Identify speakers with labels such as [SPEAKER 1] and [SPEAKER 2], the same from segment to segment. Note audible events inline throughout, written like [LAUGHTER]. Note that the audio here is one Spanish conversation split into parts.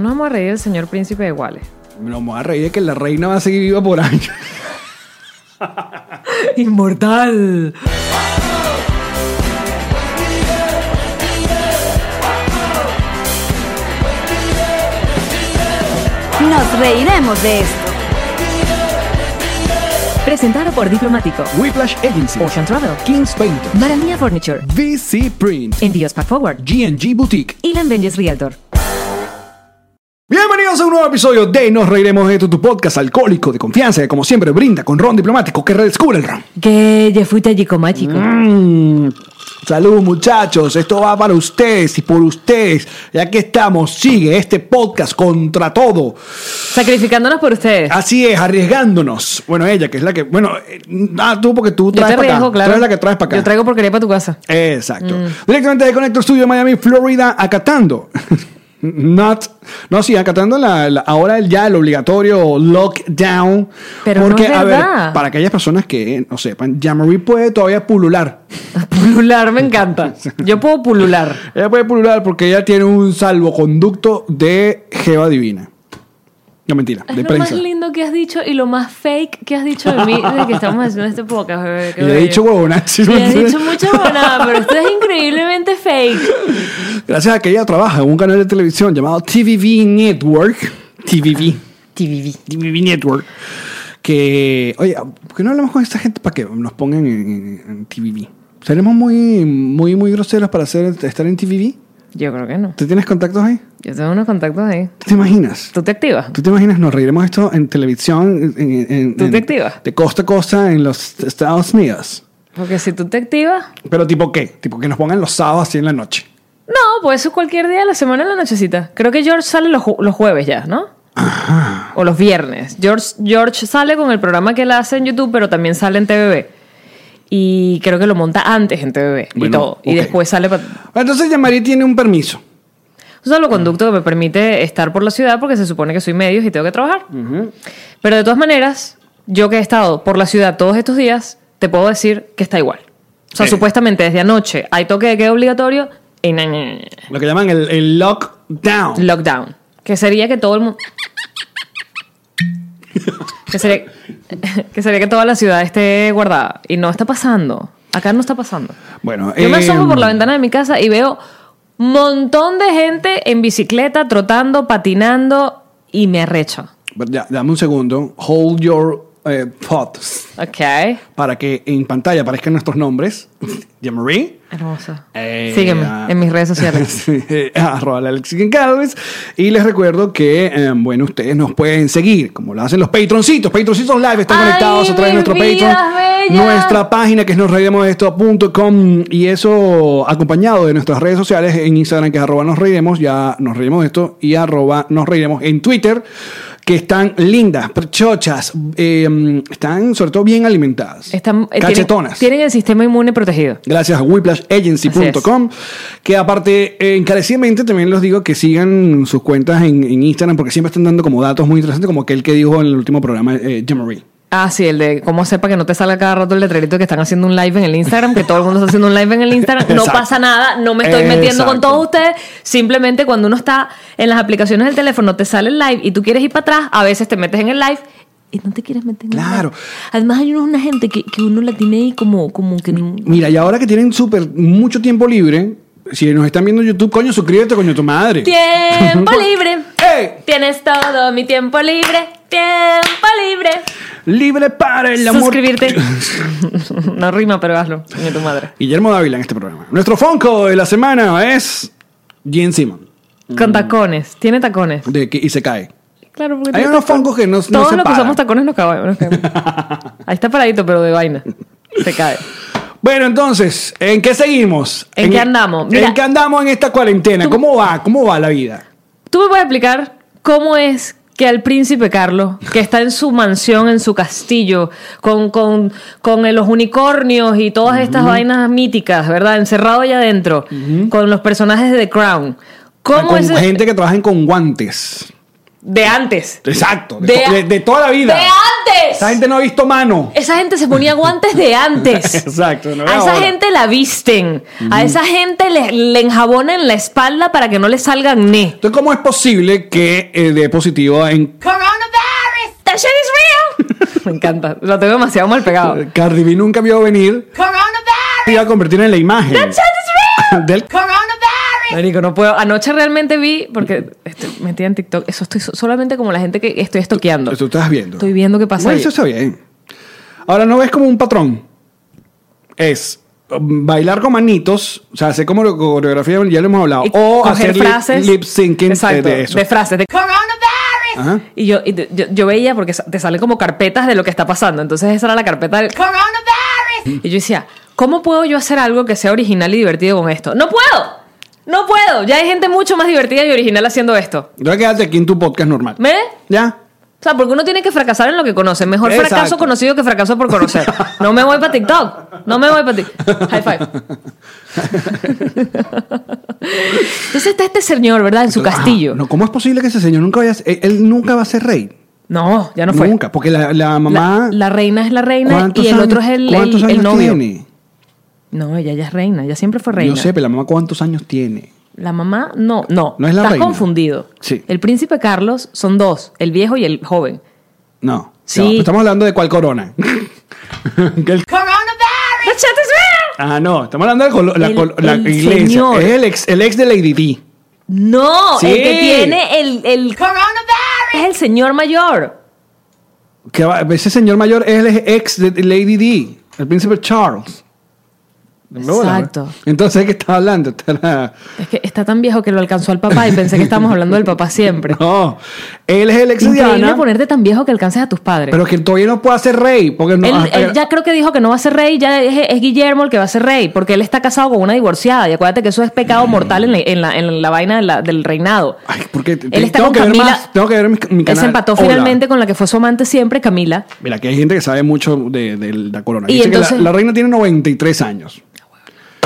[SPEAKER 1] nos vamos a reír del señor príncipe de Wales.
[SPEAKER 2] Nos vamos a reír de que la reina va a seguir viva por años.
[SPEAKER 1] [LAUGHS] Inmortal.
[SPEAKER 3] Nos reiremos de esto.
[SPEAKER 1] Presentado por Diplomático,
[SPEAKER 2] Whiplash Agency.
[SPEAKER 1] Ocean Travel,
[SPEAKER 2] King's Painter.
[SPEAKER 1] Maranía Furniture,
[SPEAKER 2] VC Print.
[SPEAKER 1] Envíos Pack Forward
[SPEAKER 2] G&G Boutique.
[SPEAKER 1] y Benjes Realtor.
[SPEAKER 2] Bienvenidos a un nuevo episodio de Nos Reiremos de Esto, tu podcast alcohólico de confianza que como siempre brinda con ron diplomático que redescubre el ron.
[SPEAKER 1] Que ya fuiste allí con mágico.
[SPEAKER 2] Mm. Salud muchachos, esto va para ustedes y por ustedes. Y aquí estamos, sigue este podcast contra todo.
[SPEAKER 1] Sacrificándonos por ustedes.
[SPEAKER 2] Así es, arriesgándonos. Bueno, ella que es la que, bueno, eh, ah, tú porque tú
[SPEAKER 1] Yo
[SPEAKER 2] traes
[SPEAKER 1] te
[SPEAKER 2] para acá.
[SPEAKER 1] riesgo, claro.
[SPEAKER 2] Tú eres la que traes para acá.
[SPEAKER 1] Yo traigo Mm. porquería para tu casa. [LAUGHS]
[SPEAKER 2] Exacto. Directamente de Connector Studio en Miami, Florida, acatando. [LAUGHS] Not, no, sí, acatando la, la- ahora el- ya el obligatorio lockdown.
[SPEAKER 1] Pero no
[SPEAKER 2] porque,
[SPEAKER 1] es
[SPEAKER 2] a ver,
[SPEAKER 1] verdad.
[SPEAKER 2] para aquellas personas que eh, no sepan, Jamboree puede todavía pulular.
[SPEAKER 1] Pulular me encanta. Yo puedo pulular.
[SPEAKER 2] Ella puede pulular porque ella tiene un salvoconducto de Jeva Divina. No, mentira,
[SPEAKER 1] Es
[SPEAKER 2] de
[SPEAKER 1] lo
[SPEAKER 2] prensa.
[SPEAKER 1] más lindo que has dicho y lo más fake que has dicho de mí desde que estamos haciendo este podcast, bebé. qué
[SPEAKER 2] Y le he
[SPEAKER 1] bello.
[SPEAKER 2] dicho huevona. sí,
[SPEAKER 1] Y
[SPEAKER 2] ¿me
[SPEAKER 1] [LAUGHS] has
[SPEAKER 2] entiendes?
[SPEAKER 1] dicho mucha bonada, pero esto es increíblemente fake.
[SPEAKER 2] Gracias a que ella trabaja en un canal de televisión llamado TVV Network. TVV.
[SPEAKER 1] TVV.
[SPEAKER 2] TVV Network. Que, oye, ¿por qué no hablamos con esta gente para que nos pongan en, en- en TVV? ¿Seremos muy, muy, muy groseros para hacer, estar en TVV?
[SPEAKER 1] Yo creo que no.
[SPEAKER 2] ¿Tú tienes contactos ahí?
[SPEAKER 1] Yo tengo unos contactos ahí.
[SPEAKER 2] ¿Tú te imaginas?
[SPEAKER 1] ¿Tú te activas?
[SPEAKER 2] ¿Tú te imaginas? Nos reiremos esto en televisión. En, en- en-
[SPEAKER 1] ¿Tú te
[SPEAKER 2] en-
[SPEAKER 1] activas?
[SPEAKER 2] De costa a costa en los Estados Unidos.
[SPEAKER 1] Porque si tú te activas...
[SPEAKER 2] Pero tipo qué? Tipo que nos pongan los sábados así en la noche.
[SPEAKER 1] No, pues eso cualquier día de la semana en la nochecita. Creo que George sale los, ju- los jueves ya, ¿no? O los viernes. George, George sale con el programa que él hace en YouTube, pero también sale en TVB. Y creo que lo monta antes en TVB y
[SPEAKER 2] Bueno,
[SPEAKER 1] todo.
[SPEAKER 2] ok.
[SPEAKER 1] Y después sale para...
[SPEAKER 2] Entonces, Yamari tiene un permiso.
[SPEAKER 1] Un solo conducto que me permite estar por la ciudad porque se supone que soy medios y tengo que trabajar. Pero de todas maneras, yo que he estado por la ciudad todos estos días, te puedo decir que está igual. O sea,
[SPEAKER 2] Sí.
[SPEAKER 1] supuestamente desde anoche hay toque de queda obligatorio y na, na, na, na.
[SPEAKER 2] Lo que llaman el, el lockdown.
[SPEAKER 1] lockdown. Que sería que todo el mundo. que, sería, [LAUGHS] que sería que toda la ciudad esté guardada. Y no está pasando. Acá no está pasando.
[SPEAKER 2] Bueno,
[SPEAKER 1] Yo me
[SPEAKER 2] eh,
[SPEAKER 1] asomo por la ventana de mi casa y veo montón de gente en bicicleta, trotando, patinando y me arrecho.
[SPEAKER 2] Ya, dame un segundo. Hold your eh, thoughts.
[SPEAKER 1] Ok.
[SPEAKER 2] Para que en pantalla aparezcan nuestros nombres. [LAUGHS] Yamari.
[SPEAKER 1] Hermoso.
[SPEAKER 2] eh,
[SPEAKER 1] Sígueme
[SPEAKER 2] ah,
[SPEAKER 1] en mis
[SPEAKER 2] [LAUGHS]
[SPEAKER 1] redes sociales.
[SPEAKER 2] sí, eh, arroba Alexis Goncalves. Y les recuerdo que, eh, bueno, ustedes nos pueden seguir, como lo hacen los patroncitos. Patroncitos live están
[SPEAKER 1] Ay,
[SPEAKER 2] conectados a través de
[SPEAKER 1] mis
[SPEAKER 2] nuestro
[SPEAKER 1] vidas
[SPEAKER 2] Patreon.
[SPEAKER 1] bellas.
[SPEAKER 2] Nuestra página que es nosreidemosesto.com y eso acompañado de nuestras redes sociales en Instagram que es arroba nos reiremos, ya nos reiremos de esto y arroba nos reiremos en Twitter que están lindas, chochas, eh, están sobre todo bien alimentadas,
[SPEAKER 1] Están, eh, tienen-
[SPEAKER 2] cachetonas.
[SPEAKER 1] tienen el sistema inmune protegido.
[SPEAKER 2] Gracias a whiplashagency.com. Que aparte, eh, encarecidamente también los digo que sigan sus cuentas en, en Instagram porque siempre están dando como datos muy interesantes, como aquel que dijo en el último programa, eh, Jamboree.
[SPEAKER 1] Ah, sí, el de cómo sepa que no te salga cada rato el letrerito que están haciendo un live en el Instagram, que todo el mundo está haciendo un live en el Instagram. No
[SPEAKER 2] Exacto.
[SPEAKER 1] pasa nada, no me estoy metiendo
[SPEAKER 2] Exacto.
[SPEAKER 1] con todos ustedes. Simplemente cuando uno está en las aplicaciones del teléfono, te sale el live y tú quieres ir para atrás, a veces te metes en el live y no te quieres meter en el
[SPEAKER 2] Claro.
[SPEAKER 1] live. Además, hay una gente que, que uno la tiene ahí como, como
[SPEAKER 2] [LAUGHS]
[SPEAKER 1] que.
[SPEAKER 2] Mira, y ahora que tienen súper mucho tiempo libre, si nos están viendo en YouTube, coño, suscríbete, coño, tu madre.
[SPEAKER 1] Tiempo libre.
[SPEAKER 2] ¡Ey!
[SPEAKER 1] Tienes todo mi tiempo libre. Tiempo libre.
[SPEAKER 2] Libre para el amor.
[SPEAKER 1] Suscribirte. [LAUGHS] no rima, pero hazlo. Coño, tu madre.
[SPEAKER 2] [LAUGHS] Guillermo Dávila en este programa. Nuestro Fonco de la semana es Gene Simon. Mm.
[SPEAKER 1] Con tacones. Tiene tacones.
[SPEAKER 2] De que, y se cae.
[SPEAKER 1] Claro, porque
[SPEAKER 2] Hay
[SPEAKER 1] tiene
[SPEAKER 2] unos
[SPEAKER 1] tacón.
[SPEAKER 2] Funkos que no- no
[SPEAKER 1] Todos
[SPEAKER 2] se
[SPEAKER 1] los que
[SPEAKER 2] paran. [LAUGHS]
[SPEAKER 1] usamos tacones nos caemos. nos caemos. Ahí está paradito, pero de vaina. Se cae.
[SPEAKER 2] Bueno, entonces, ¿en qué seguimos?
[SPEAKER 1] ¿En qué andamos?
[SPEAKER 2] ¿En
[SPEAKER 1] Mira.
[SPEAKER 2] qué andamos en esta cuarentena?
[SPEAKER 1] Tú-
[SPEAKER 2] ¿Cómo va? ¿Cómo va la vida?
[SPEAKER 1] ¿Tú me puedes explicar cómo es que al príncipe Carlos, que está en su mansión, en su castillo, con, con, con eh, los unicornios y todas estas vainas míticas, ¿verdad? Encerrado allá adentro, con los personajes de The Crown. ¿Cómo
[SPEAKER 2] Ah, con
[SPEAKER 1] es
[SPEAKER 2] gente que trabajen con guantes.
[SPEAKER 1] de antes?
[SPEAKER 2] Exacto. De,
[SPEAKER 1] De-
[SPEAKER 2] to- de- de toda la vida.
[SPEAKER 1] ¡De antes!
[SPEAKER 2] Esa gente no ha visto mano.
[SPEAKER 1] Esa gente se ponía guantes de
[SPEAKER 2] [LAUGHS]
[SPEAKER 1] antes.
[SPEAKER 2] Exacto, no
[SPEAKER 1] a
[SPEAKER 2] ahora.
[SPEAKER 1] esa gente la visten. A esa gente le, le enjabonan la espalda para que no le salgan ne.
[SPEAKER 2] Entonces, ¿cómo es posible que eh, dé positivo en
[SPEAKER 3] Coronavirus!
[SPEAKER 1] That shit is real. [LAUGHS] Me encanta. Lo tengo demasiado mal pegado.
[SPEAKER 2] Cardi B nunca vio venir?
[SPEAKER 3] Coronavirus!
[SPEAKER 2] Se iba a convertir en la imagen. [LAUGHS] Del-
[SPEAKER 3] Coronavirus!
[SPEAKER 1] Marico, no puedo. Anoche realmente vi, porque estoy metida en TikTok, eso estoy so- solamente como la gente que estoy estoqueando.
[SPEAKER 2] Tú estás viendo.
[SPEAKER 1] Estoy viendo qué pasa.
[SPEAKER 2] Bueno,
[SPEAKER 1] ahí.
[SPEAKER 2] eso está bien. Ahora, ¿no ves como un patrón? Es um, bailar con manitos, o sea, hacer como lo- coreografía, ya lo hemos hablado,
[SPEAKER 1] Y
[SPEAKER 2] o
[SPEAKER 1] coger
[SPEAKER 2] hacer lip- lip syncing eh,
[SPEAKER 1] Exacto,
[SPEAKER 2] de eso.
[SPEAKER 1] frases. de-
[SPEAKER 3] Coronavirus!
[SPEAKER 2] Ajá.
[SPEAKER 1] y yo, y de- yo, yo veía porque sa- te salen como carpetas de lo que está pasando. Entonces esa era la carpeta del...
[SPEAKER 3] Coronavirus!
[SPEAKER 1] Y yo decía, ¿cómo puedo yo hacer algo que sea original y divertido con esto? ¡No puedo! ¡No puedo! Ya hay gente mucho más divertida y original haciendo esto.
[SPEAKER 2] Yo quédate aquí en tu podcast normal.
[SPEAKER 1] ¿Me?
[SPEAKER 2] ¿Ya?
[SPEAKER 1] O sea, porque uno tiene que fracasar en lo que conoce. Mejor
[SPEAKER 2] Exacto.
[SPEAKER 1] fracaso conocido que fracaso por conocer. No me voy para TikTok. No me voy para TikTok. High five. Entonces está este señor, ¿verdad? En su
[SPEAKER 2] Entonces,
[SPEAKER 1] castillo.
[SPEAKER 2] ajá, no, ¿Cómo es posible que ese señor nunca vaya a ser- él, él nunca va a ser rey?
[SPEAKER 1] No, ya no fue.
[SPEAKER 2] Nunca, porque la, la mamá...
[SPEAKER 1] La, la reina es la reina
[SPEAKER 2] ¿cuántos
[SPEAKER 1] y el
[SPEAKER 2] años-
[SPEAKER 1] otro es el, el,
[SPEAKER 2] ¿Cuántos
[SPEAKER 1] el
[SPEAKER 2] años
[SPEAKER 1] novio.
[SPEAKER 2] tiene?
[SPEAKER 1] No, ella ya es reina. Ella siempre fue reina.
[SPEAKER 2] Yo sé, pero la mamá cuántos años tiene.
[SPEAKER 1] La mamá, no, no.
[SPEAKER 2] No es la
[SPEAKER 1] Estás
[SPEAKER 2] reina.
[SPEAKER 1] confundido.
[SPEAKER 2] Sí.
[SPEAKER 1] El príncipe Carlos son dos, el viejo y el joven.
[SPEAKER 2] No.
[SPEAKER 1] Sí.
[SPEAKER 2] No, estamos hablando de cuál
[SPEAKER 1] [LAUGHS]
[SPEAKER 2] corona. Que el-
[SPEAKER 3] Coronavirus!
[SPEAKER 1] ¡The chat is real!
[SPEAKER 2] Ah, no, estamos hablando de colo- la,
[SPEAKER 1] El-
[SPEAKER 2] colo- la
[SPEAKER 1] el
[SPEAKER 2] iglesia.
[SPEAKER 1] señor.
[SPEAKER 2] Es el ex, el ex de Lady D.
[SPEAKER 1] No,
[SPEAKER 2] Sí.
[SPEAKER 1] el que tiene el, el-
[SPEAKER 3] Coronavirus!
[SPEAKER 1] es el señor mayor.
[SPEAKER 2] Que va- ese señor mayor es el ex de Lady D, el príncipe Charles. De nuevo, la-
[SPEAKER 1] Exacto.
[SPEAKER 2] Entonces, ¿de qué estás hablando? Está la-
[SPEAKER 1] Es que está tan viejo que lo alcanzó al papá y pensé que estábamos hablando del papá siempre.
[SPEAKER 2] No, él es el [LAUGHS] ex de
[SPEAKER 1] Increíble
[SPEAKER 2] Diana,
[SPEAKER 1] ponerte tan viejo que alcances a tus padres.
[SPEAKER 2] pero que todavía no puede ser rey. Porque no,
[SPEAKER 1] él,
[SPEAKER 2] ah,
[SPEAKER 1] él ya creo que dijo que no va a ser rey, ya es, es Guillermo el que va a ser rey, porque él está casado con una divorciada. Y acuérdate que eso es pecado mortal en la, en la- en la vaina de la- del reinado.
[SPEAKER 2] Mm. Ay, porque te-
[SPEAKER 1] él está
[SPEAKER 2] tengo
[SPEAKER 1] con
[SPEAKER 2] que ver
[SPEAKER 1] Camila.
[SPEAKER 2] más, tengo que ver mi, mi
[SPEAKER 1] Él
[SPEAKER 2] canal.
[SPEAKER 1] se empató
[SPEAKER 2] Hola.
[SPEAKER 1] finalmente con la que fue su amante siempre, Camila.
[SPEAKER 2] Mira, que hay gente que sabe mucho de, de la corona.
[SPEAKER 1] Y
[SPEAKER 2] Dice que
[SPEAKER 1] entonces-
[SPEAKER 2] la- la, reina tiene 93 años.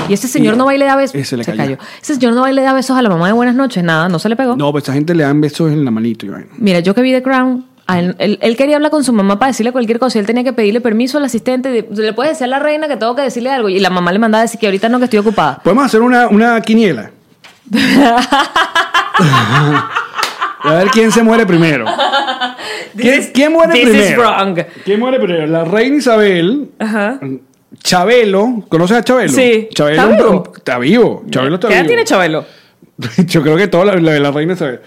[SPEAKER 1] Y ese señor
[SPEAKER 2] Y-
[SPEAKER 1] no va y le da besos.
[SPEAKER 2] y se le cayó.
[SPEAKER 1] Ese señor no va y le da besos a la mamá de buenas noches, nada, no se le pegó.
[SPEAKER 2] No, pues esa gente le dan besos en la manito. y vaina.
[SPEAKER 1] Mira, yo que vi The Crown, a él, él- él quería hablar con su mamá para decirle cualquier cosa. y Él tenía que pedirle permiso al asistente. de, le puedes decir a la reina que tengo que decirle algo. Y la mamá le mandaba a decir que ahorita no, que estoy ocupada.
[SPEAKER 2] Podemos hacer una, una
[SPEAKER 1] [LAUGHS]
[SPEAKER 2] quiniela. A ver quién se muere primero. ¿Quién,
[SPEAKER 1] This is-
[SPEAKER 2] quién muere
[SPEAKER 1] this is
[SPEAKER 2] primero?
[SPEAKER 1] wrong.
[SPEAKER 2] ¿Quién muere primero? La reina Isabel.
[SPEAKER 1] Ajá.
[SPEAKER 2] Chabelo. ¿Conoces a Chabelo?
[SPEAKER 1] Sí.
[SPEAKER 2] Chabelo
[SPEAKER 1] ¿Está
[SPEAKER 2] un-
[SPEAKER 1] vivo?
[SPEAKER 2] está vivo. Chabelo está
[SPEAKER 1] ¿Qué edad
[SPEAKER 2] vivo.
[SPEAKER 1] tiene Chabelo?
[SPEAKER 2] [LAUGHS] Yo creo que todo la, la de la reina Isabel.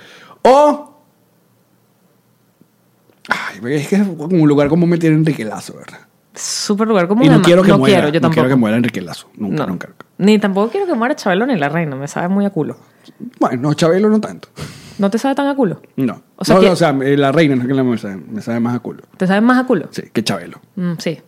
[SPEAKER 2] O. Ay, es que es como un lugar como meter a Enrique Lazo, ¿verdad?
[SPEAKER 1] Súper lugar como
[SPEAKER 2] Y no
[SPEAKER 1] una ma-
[SPEAKER 2] quiero que
[SPEAKER 1] no
[SPEAKER 2] muera.
[SPEAKER 1] quiero, yo
[SPEAKER 2] no
[SPEAKER 1] tampoco.
[SPEAKER 2] quiero que muera Enrique Lazo. Nunca,
[SPEAKER 1] No.
[SPEAKER 2] nunca.
[SPEAKER 1] Ni tampoco quiero que muera Chabelo ni la reina. Me sabe muy a culo.
[SPEAKER 2] Bueno, Chabelo no tanto.
[SPEAKER 1] ¿No te sabe tan a culo?
[SPEAKER 2] No.
[SPEAKER 1] O sea
[SPEAKER 2] no,
[SPEAKER 1] que-
[SPEAKER 2] no, o sea, eh, la reina no es que la- me sabe, me sabe más a culo.
[SPEAKER 1] ¿Te sabe más a culo?
[SPEAKER 2] Sí, que Chabelo.
[SPEAKER 1] Mm, sí.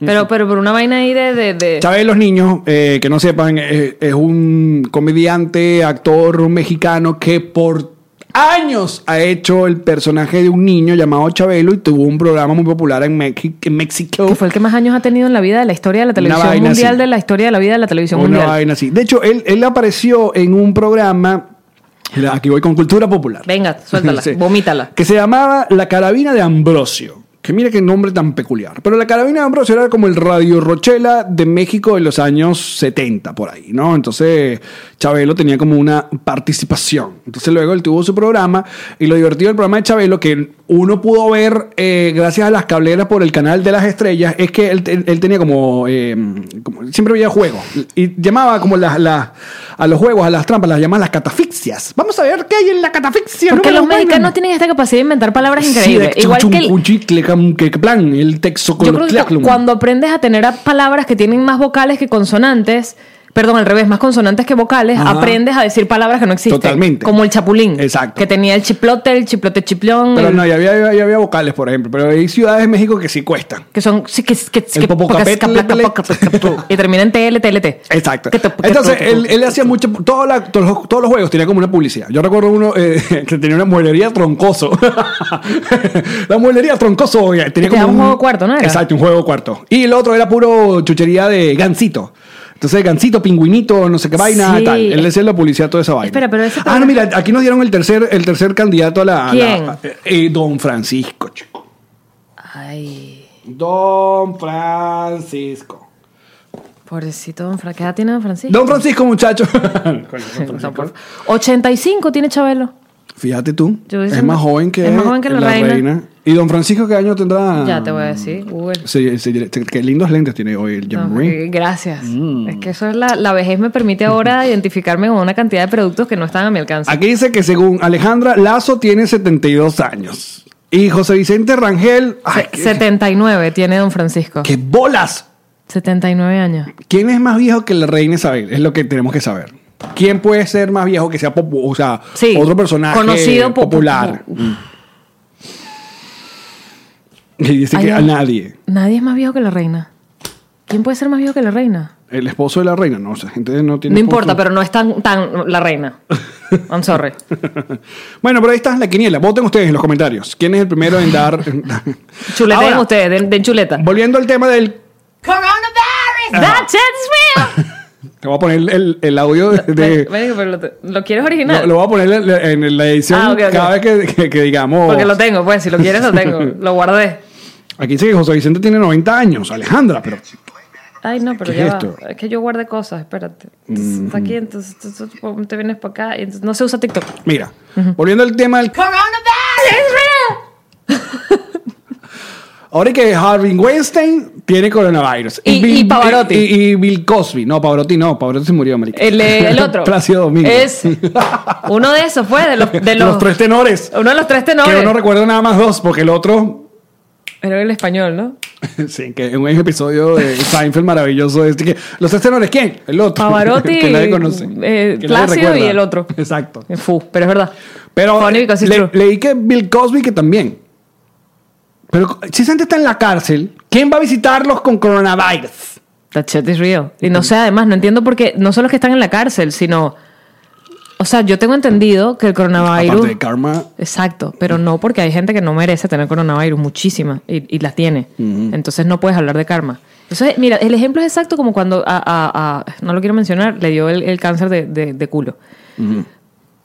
[SPEAKER 1] Pero, pero por una vaina ahí de... de, de-
[SPEAKER 2] Chabelo, los niños eh, que no sepan, eh, es un comediante, actor mexicano que por años ha hecho el personaje de un niño llamado Chabelo y tuvo un programa muy popular en, Mexi- en México.
[SPEAKER 1] que fue el que más años ha tenido en la vida de la historia de la televisión
[SPEAKER 2] vaina
[SPEAKER 1] mundial,
[SPEAKER 2] así.
[SPEAKER 1] de la historia de la vida de la televisión
[SPEAKER 2] Una
[SPEAKER 1] mundial.
[SPEAKER 2] vaina así. De hecho, él, él apareció en un programa, aquí voy con cultura popular.
[SPEAKER 1] Venga,
[SPEAKER 2] [LAUGHS]
[SPEAKER 1] suéltala,
[SPEAKER 2] Sí.
[SPEAKER 1] vomítala.
[SPEAKER 2] Que se llamaba La Carabina de Ambrosio. Que mira qué nombre tan peculiar. Pero la carabina de Ambrosio era como el Radio Rochela de México de los años 70, por ahí, ¿no? Entonces Chabelo tenía como una participación. Entonces luego él tuvo su programa y lo divertido del programa de Chabelo, que uno pudo ver eh, gracias a las cableras por el canal de las estrellas, es que él, él- él tenía como, eh, como- Siempre había juegos. Y llamaba como las, las- a los juegos, a las trampas, las llamaban las catafixias. Vamos a ver qué hay en la catafixia.
[SPEAKER 1] Porque
[SPEAKER 2] número
[SPEAKER 1] los
[SPEAKER 2] uno.
[SPEAKER 1] mexicanos tienen esta capacidad de inventar palabras
[SPEAKER 2] Sí,
[SPEAKER 1] increíbles.
[SPEAKER 2] de
[SPEAKER 1] Igual
[SPEAKER 2] chuchum,
[SPEAKER 1] que el-
[SPEAKER 2] cuchicle, cam, que plan, el texto
[SPEAKER 1] yo creo que cuando aprendes a tener a- palabras que tienen más vocales que consonantes, perdón, al revés, más consonantes que vocales,
[SPEAKER 2] Ajá.
[SPEAKER 1] aprendes a decir palabras que no existen.
[SPEAKER 2] Totalmente.
[SPEAKER 1] Como el chapulín.
[SPEAKER 2] Exacto.
[SPEAKER 1] Que tenía el chiplote, el chiplote chiplón.
[SPEAKER 2] Pero
[SPEAKER 1] el-
[SPEAKER 2] no, ya había, ya había vocales, por ejemplo. Pero hay ciudades de México que sí cuestan.
[SPEAKER 1] que son sí, que, que, que-
[SPEAKER 2] popocapétl,
[SPEAKER 1] poca- placa,
[SPEAKER 2] le-
[SPEAKER 1] poca- poca- poca- y termina en TL, TLT.
[SPEAKER 2] Exacto.
[SPEAKER 1] Que to- que
[SPEAKER 2] Entonces,
[SPEAKER 1] to-
[SPEAKER 2] él, él hacía mucho. Todos la- todos los, todos los juegos tenía como una publicidad. Yo recuerdo uno eh, [LAUGHS] que tenía una mueblería troncoso. [LAUGHS] la mueblería troncoso. eh, Tenía
[SPEAKER 1] Este
[SPEAKER 2] como
[SPEAKER 1] era un juego cuarto, ¿no era?
[SPEAKER 2] Exacto, un juego cuarto. Y el otro era puro chuchería de gansito. Entonces, gansito, pingüinito, no sé qué vaina,
[SPEAKER 1] Sí.
[SPEAKER 2] tal. Él hacía la publicidad toda esa vaina.
[SPEAKER 1] Espera, pero ese
[SPEAKER 2] Ah,
[SPEAKER 1] programa-
[SPEAKER 2] no, mira, aquí nos dieron el tercer, el tercer candidato a la. a la-
[SPEAKER 1] ¿Quién?
[SPEAKER 2] eh, don Francisco, chico.
[SPEAKER 1] Ay,
[SPEAKER 2] Don Francisco.
[SPEAKER 1] pobrecito Don Francisco. ¿Qué edad tiene Don Francisco?
[SPEAKER 2] Don Francisco, muchacho. [LAUGHS]
[SPEAKER 1] Sí, no, por- 85 tiene Chabelo.
[SPEAKER 2] Fíjate tú,
[SPEAKER 1] Yo
[SPEAKER 2] es
[SPEAKER 1] diciendo-
[SPEAKER 2] más joven que,
[SPEAKER 1] es más joven que la reina.
[SPEAKER 2] ¿Y don Francisco qué año tendrá?
[SPEAKER 1] Ya te voy a decir, Google.
[SPEAKER 2] Sí, sí, sí, qué lindos lentes tiene hoy el John
[SPEAKER 1] No,
[SPEAKER 2] Green.
[SPEAKER 1] eh, gracias.
[SPEAKER 2] Mm.
[SPEAKER 1] Es que eso es la, la vejez me
[SPEAKER 2] [LAUGHS]
[SPEAKER 1] permite ahora identificarme con una cantidad de productos que no están a mi alcance.
[SPEAKER 2] Aquí dice que según Alejandra, Lazo tiene 72 años. Y José Vicente Rangel... Ay,
[SPEAKER 1] Se-
[SPEAKER 2] qué,
[SPEAKER 1] 79 tiene Don Francisco.
[SPEAKER 2] qué bolas!
[SPEAKER 1] 79 años.
[SPEAKER 2] ¿Quién es más viejo que la reina Isabel? Es lo que tenemos que saber. ¿Quién puede ser más viejo que sea popu- o sea,
[SPEAKER 1] Sí,
[SPEAKER 2] otro personaje
[SPEAKER 1] conocido po-
[SPEAKER 2] popular? Mm. Y dice
[SPEAKER 1] Ay,
[SPEAKER 2] que a
[SPEAKER 1] no.
[SPEAKER 2] nadie.
[SPEAKER 1] Nadie es más viejo que la reina. ¿Quién puede ser más viejo que la reina?
[SPEAKER 2] El esposo de la reina, no, o sea, gente no tiene
[SPEAKER 1] No
[SPEAKER 2] esposo.
[SPEAKER 1] importa, pero no es tan, tan la reina.
[SPEAKER 2] [LAUGHS]
[SPEAKER 1] I'm sorry.
[SPEAKER 2] Bueno, pero ahí está la quiniela. Voten ustedes en los comentarios. ¿Quién es el primero en [LAUGHS] dar?
[SPEAKER 1] Chuleten
[SPEAKER 2] Ahora,
[SPEAKER 1] ustedes, den, den chuleta.
[SPEAKER 2] Volviendo al tema del...
[SPEAKER 3] Coronavirus!
[SPEAKER 1] That shit's real.
[SPEAKER 2] Te voy a poner el, el audio de...
[SPEAKER 1] [LAUGHS] Ven- ven, pero lo, te- ¿lo quieres original?
[SPEAKER 2] lo, lo voy a poner en la- en la edición
[SPEAKER 1] Ah, ok, ok.
[SPEAKER 2] cada vez que, que- que digamos...
[SPEAKER 1] Porque lo tengo, pues, si lo quieres
[SPEAKER 2] [LAUGHS]
[SPEAKER 1] lo tengo. lo guardé.
[SPEAKER 2] Aquí dice que José Vicente tiene 90 años, Alejandra, pero...
[SPEAKER 1] Ay, no, pero
[SPEAKER 2] ¿Qué
[SPEAKER 1] ya
[SPEAKER 2] es
[SPEAKER 1] va.
[SPEAKER 2] esto? Mm.
[SPEAKER 1] Es que yo guardé cosas, espérate. Entonces, Está aquí, entonces tú- tú- tú te vienes para acá y entonces no se usa TikTok.
[SPEAKER 2] Mira, volviendo al tema del...
[SPEAKER 3] Coronavirus!
[SPEAKER 2] [LAUGHS] Ahora que Harvey Weinstein tiene coronavirus.
[SPEAKER 1] Y- y Pavarotti.
[SPEAKER 2] Y, y Bill Cosby. No, Pavarotti no. Pavarotti se murió, marica.
[SPEAKER 1] El,
[SPEAKER 2] [LAUGHS]
[SPEAKER 1] eh, el otro.
[SPEAKER 2] Plácido Domingo. [LAUGHS]
[SPEAKER 1] Es uno de esos, fue de los, de los,
[SPEAKER 2] los tres tenores.
[SPEAKER 1] Uno de los tres tenores.
[SPEAKER 2] Que no recuerdo nada más dos, porque el otro [LAUGHS]
[SPEAKER 1] Era el español, ¿no?
[SPEAKER 2] Sí, que en un episodio
[SPEAKER 1] [LAUGHS]
[SPEAKER 2] de Seinfeld maravilloso este que los tres tenores quién? El otro. [LAUGHS]
[SPEAKER 1] Pavarotti,
[SPEAKER 2] que nadie conoce.
[SPEAKER 1] eh,
[SPEAKER 2] Que nadie
[SPEAKER 1] Plácido
[SPEAKER 2] recuerda.
[SPEAKER 1] y el otro.
[SPEAKER 2] Exacto.
[SPEAKER 1] Fu, pero es verdad.
[SPEAKER 2] Pero eh,
[SPEAKER 1] Funny because it's
[SPEAKER 2] le-
[SPEAKER 1] true.
[SPEAKER 2] leí que Bill Cosby que también. Pero si esa gente está en la cárcel, ¿quién va a visitarlos con coronavirus?
[SPEAKER 1] That shit is real. Y
[SPEAKER 2] Mm.
[SPEAKER 1] no sé, además, no entiendo por qué no son los que están en la cárcel, sino. O sea, yo tengo entendido que el coronavirus.
[SPEAKER 2] Aparte de karma.
[SPEAKER 1] Exacto, pero no porque hay gente que no merece tener coronavirus, muchísima, y, y las tiene. Entonces no puedes hablar de karma. Entonces, mira, el ejemplo es exacto como cuando a, a- a- no lo quiero mencionar, le dio el, el cáncer de, de- de culo.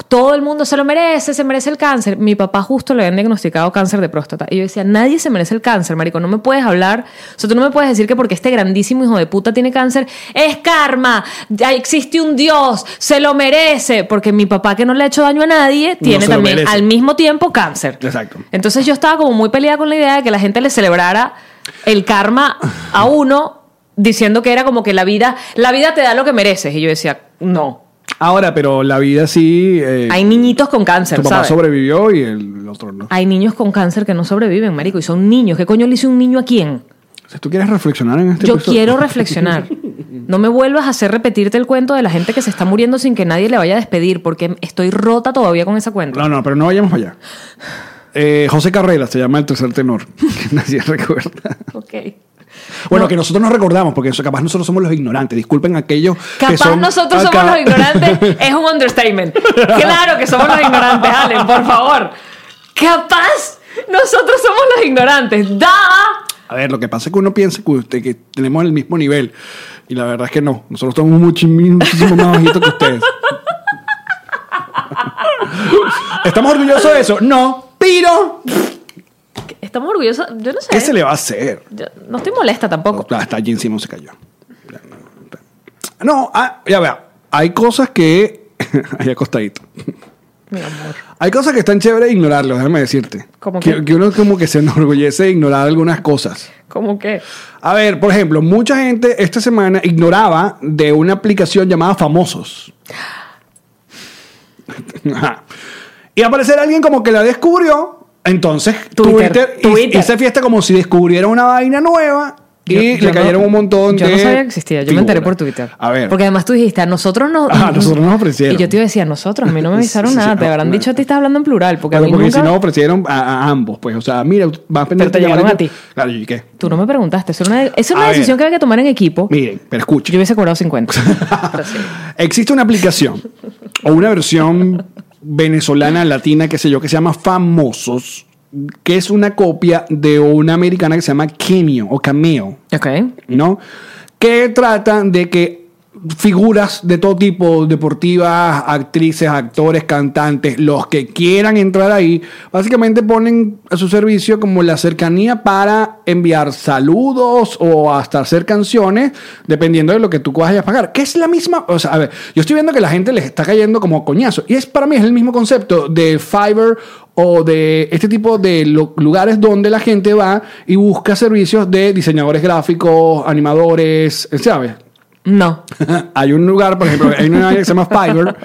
[SPEAKER 1] Todo el mundo se lo merece, se merece el cáncer. Mi papá justo le habían diagnosticado cáncer de próstata. Y yo decía, nadie se merece el cáncer, marico. No me puedes hablar. O sea, tú no me puedes decir que porque este grandísimo hijo de puta tiene cáncer, es karma. Ya existe un Dios, se lo merece. Porque mi papá, que no le ha hecho daño a nadie, tiene
[SPEAKER 2] se lo
[SPEAKER 1] también
[SPEAKER 2] merece.
[SPEAKER 1] al mismo tiempo cáncer.
[SPEAKER 2] Exacto.
[SPEAKER 1] Entonces yo estaba como muy peleada con la idea de que la gente le celebrara el karma a uno diciendo que era como que la vida, la vida te da lo que mereces. Y yo decía, no.
[SPEAKER 2] Ahora, pero la vida sí. eh,
[SPEAKER 1] Hay niñitos con cáncer,
[SPEAKER 2] tu papá
[SPEAKER 1] ¿sabes?
[SPEAKER 2] sobrevivió y el otro no.
[SPEAKER 1] Hay niños con cáncer que no sobreviven, marico, y son niños. ¿Qué coño le hice un niño a quién?
[SPEAKER 2] Si tú quieres reflexionar en este
[SPEAKER 1] Yo
[SPEAKER 2] episodio- [LAUGHS]
[SPEAKER 1] quiero reflexionar. No me vuelvas a hacer repetirte el cuento de la gente que se está muriendo sin que nadie le vaya a despedir, porque estoy rota todavía con esa cuenta.
[SPEAKER 2] No, no, pero no vayamos para allá. Eh, José Carrera se llama el tercer tenor. [LAUGHS] que nadie recuerda.
[SPEAKER 1] Ok.
[SPEAKER 2] Bueno, que nosotros nos recordamos, porque eso- capaz nosotros somos los ignorantes. Disculpen a aquellos que
[SPEAKER 1] Capaz
[SPEAKER 2] son
[SPEAKER 1] nosotros
[SPEAKER 2] acá-
[SPEAKER 1] somos los ignorantes es un understatement. Claro que somos los ignorantes, Allen, por favor. Capaz nosotros somos los ignorantes. Da.
[SPEAKER 2] a ver, lo que pasa es que uno piensa que, usted- que tenemos el mismo nivel. Y la verdad es que no. Nosotros somos muchi- muchísimo más bajitos que ustedes. [LAUGHS] ¿Estamos orgullosos de eso? No, pero
[SPEAKER 1] Estamos orgullosos. Yo no sé.
[SPEAKER 2] ¿qué se le va a hacer?
[SPEAKER 1] Yo no estoy molesta tampoco.
[SPEAKER 2] Ah, Hasta allí encima se cayó. No, ah, ya vea. Hay cosas que. [LAUGHS] ahí acostadito.
[SPEAKER 1] Mi amor.
[SPEAKER 2] Hay cosas que están chéveres de ignorarlos, déjame decirte.
[SPEAKER 1] ¿Cómo
[SPEAKER 2] que,
[SPEAKER 1] qué?
[SPEAKER 2] que uno como que se enorgullece de ignorar algunas cosas.
[SPEAKER 1] ¿Cómo que?
[SPEAKER 2] A ver, por ejemplo, mucha gente esta semana ignoraba de una aplicación llamada
[SPEAKER 1] [LAUGHS]
[SPEAKER 2] Famosos. Ajá. y aparecer alguien como que la descubrió. Entonces,
[SPEAKER 1] Twitter,
[SPEAKER 2] Twitter, y-
[SPEAKER 1] Twitter.
[SPEAKER 2] hizo fiesta como si descubriera una vaina nueva
[SPEAKER 1] Yo-
[SPEAKER 2] y
[SPEAKER 1] yo
[SPEAKER 2] le
[SPEAKER 1] no-
[SPEAKER 2] cayeron un montón
[SPEAKER 1] yo
[SPEAKER 2] de.
[SPEAKER 1] no sabía que existía. Yo me enteré por
[SPEAKER 2] figuras.
[SPEAKER 1] Twitter.
[SPEAKER 2] A ver.
[SPEAKER 1] Porque además tú dijiste, a nosotros no.
[SPEAKER 2] Ah, a nosotros nos ofrecieron.
[SPEAKER 1] Y yo te iba a decir, a nosotros, a mí no me avisaron
[SPEAKER 2] Sí, sí,
[SPEAKER 1] nada.
[SPEAKER 2] no,
[SPEAKER 1] te habrán
[SPEAKER 2] no.
[SPEAKER 1] dicho, a ti estás hablando en plural. Porque a
[SPEAKER 2] Claro,
[SPEAKER 1] mí
[SPEAKER 2] porque si
[SPEAKER 1] nunca-
[SPEAKER 2] no ofrecieron a, a ambos, pues, o sea, mira, vas pendiente
[SPEAKER 1] te
[SPEAKER 2] de llamar
[SPEAKER 1] llegaron
[SPEAKER 2] yo-
[SPEAKER 1] a ti.
[SPEAKER 2] Claro, ¿y qué?
[SPEAKER 1] Tú no me preguntaste. Eso era una,
[SPEAKER 2] A
[SPEAKER 1] eso era una
[SPEAKER 2] ver.
[SPEAKER 1] decisión que había que tomar en equipo.
[SPEAKER 2] Miren, pero escuchen.
[SPEAKER 1] Yo hubiese
[SPEAKER 2] [LAUGHS]
[SPEAKER 1] cobrado 50. Pero sí.
[SPEAKER 2] Existe una aplicación o una versión venezolana, latina, qué sé yo, que se llama Famosos, que es una copia de una americana que se llama Cameo o Cameo,
[SPEAKER 1] Ok.
[SPEAKER 2] ¿no? Que trata de que figuras de todo tipo, deportivas, actrices, actores, cantantes, los que quieran entrar ahí, básicamente ponen a su servicio como la cercanía para enviar saludos o hasta hacer cancionnes, dependiendo de lo que tú vayas a pagar. Que es la misma, o sea, a ver, yo estoy viendo que la gente les está cayendo como coñazo. Y es para mí es el mismo concepto de Fiverr o de este tipo de lo- lugares donde la gente va y busca servicios de diseñadores gráficos, animadores, ¿sabes?
[SPEAKER 1] No.
[SPEAKER 2] hay un lugar, por ejemplo, hay una área que se llama Fiverr,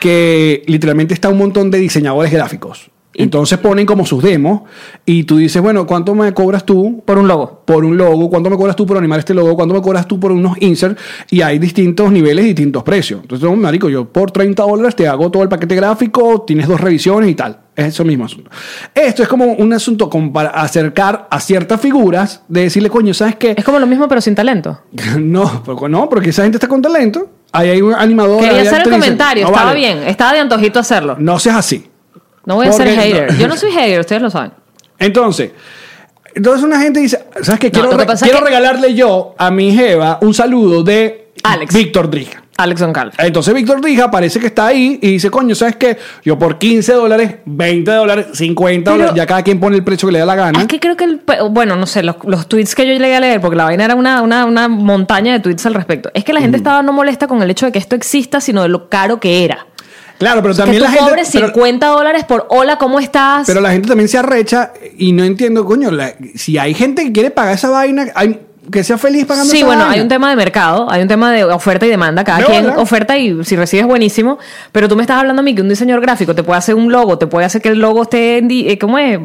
[SPEAKER 2] que literalmente está un montón de diseñadores gráficos. Entonces ponen como sus demos y tú dices, bueno, ¿cuánto me cobras tú
[SPEAKER 1] Por un logo.
[SPEAKER 2] por un logo? ¿Cuánto me cobras tú por animar este logo? ¿Cuánto me cobras tú por unos inserts? Y hay distintos niveles y distintos precios. Entonces, un marico, yo por 30 dólares te hago todo el paquete gráfico, tienes dos revisiones y tal. Es eso mismo asunto. Esto es como un asunto como para acercar a ciertas figuras, de decirle, coño, ¿sabes qué? [LAUGHS]
[SPEAKER 1] Es como lo mismo, pero sin talento.
[SPEAKER 2] No, porque, no, porque esa gente está con talento. Ahí hay un animador.
[SPEAKER 1] Quería
[SPEAKER 2] hay
[SPEAKER 1] hacer el
[SPEAKER 2] actrices.
[SPEAKER 1] comentario.
[SPEAKER 2] No
[SPEAKER 1] estaba
[SPEAKER 2] vale.
[SPEAKER 1] bien. Estaba de antojito hacerlo.
[SPEAKER 2] No seas así.
[SPEAKER 1] No voy a ser
[SPEAKER 2] Porque-
[SPEAKER 1] hater. Yo no soy hater, ustedes lo saben.
[SPEAKER 2] Entonces, entonces una gente dice, ¿sabes qué?
[SPEAKER 1] No,
[SPEAKER 2] Quiero,
[SPEAKER 1] lo que
[SPEAKER 2] re-
[SPEAKER 1] pasa es
[SPEAKER 2] quiero
[SPEAKER 1] que-
[SPEAKER 2] regalarle yo a mi jeva un saludo de
[SPEAKER 1] Alex.
[SPEAKER 2] Víctor Drija.
[SPEAKER 1] Alex Doncal.
[SPEAKER 2] Entonces Víctor Drija parece que está ahí y dice, coño, ¿sabes qué? Yo por 15 dólares, 20 dólares, 50
[SPEAKER 1] Pero-
[SPEAKER 2] dólares, ya cada quien pone el precio que le da la gana.
[SPEAKER 1] Es que creo que el. pe- Bueno, no sé, los, los tweets que yo llegué a leer, porque la vaina era una, una, una montaña de tweets al respecto. Es que la
[SPEAKER 2] Mm.
[SPEAKER 1] gente estaba no molesta con el hecho de que esto exista, sino de lo caro que era.
[SPEAKER 2] claro, pero
[SPEAKER 1] Que
[SPEAKER 2] también
[SPEAKER 1] tú
[SPEAKER 2] la gente...
[SPEAKER 1] cobres
[SPEAKER 2] pero-
[SPEAKER 1] 50 dólares por hola, ¿cómo estás?
[SPEAKER 2] Pero la gente también se arrecha y no entiendo, coño, la- si hay gente que quiere pagar esa vaina, hay- que sea feliz pagando
[SPEAKER 1] Sí,
[SPEAKER 2] esa
[SPEAKER 1] bueno,
[SPEAKER 2] vaina.
[SPEAKER 1] hay un tema de mercado, hay un tema de oferta y demanda. Cada
[SPEAKER 2] De
[SPEAKER 1] quien
[SPEAKER 2] bola.
[SPEAKER 1] oferta y si recibes buenísimo. Pero tú me estás hablando a mí que un diseñador gráfico te puede hacer un logo, te puede hacer que el logo esté en, di- eh, ¿cómo es?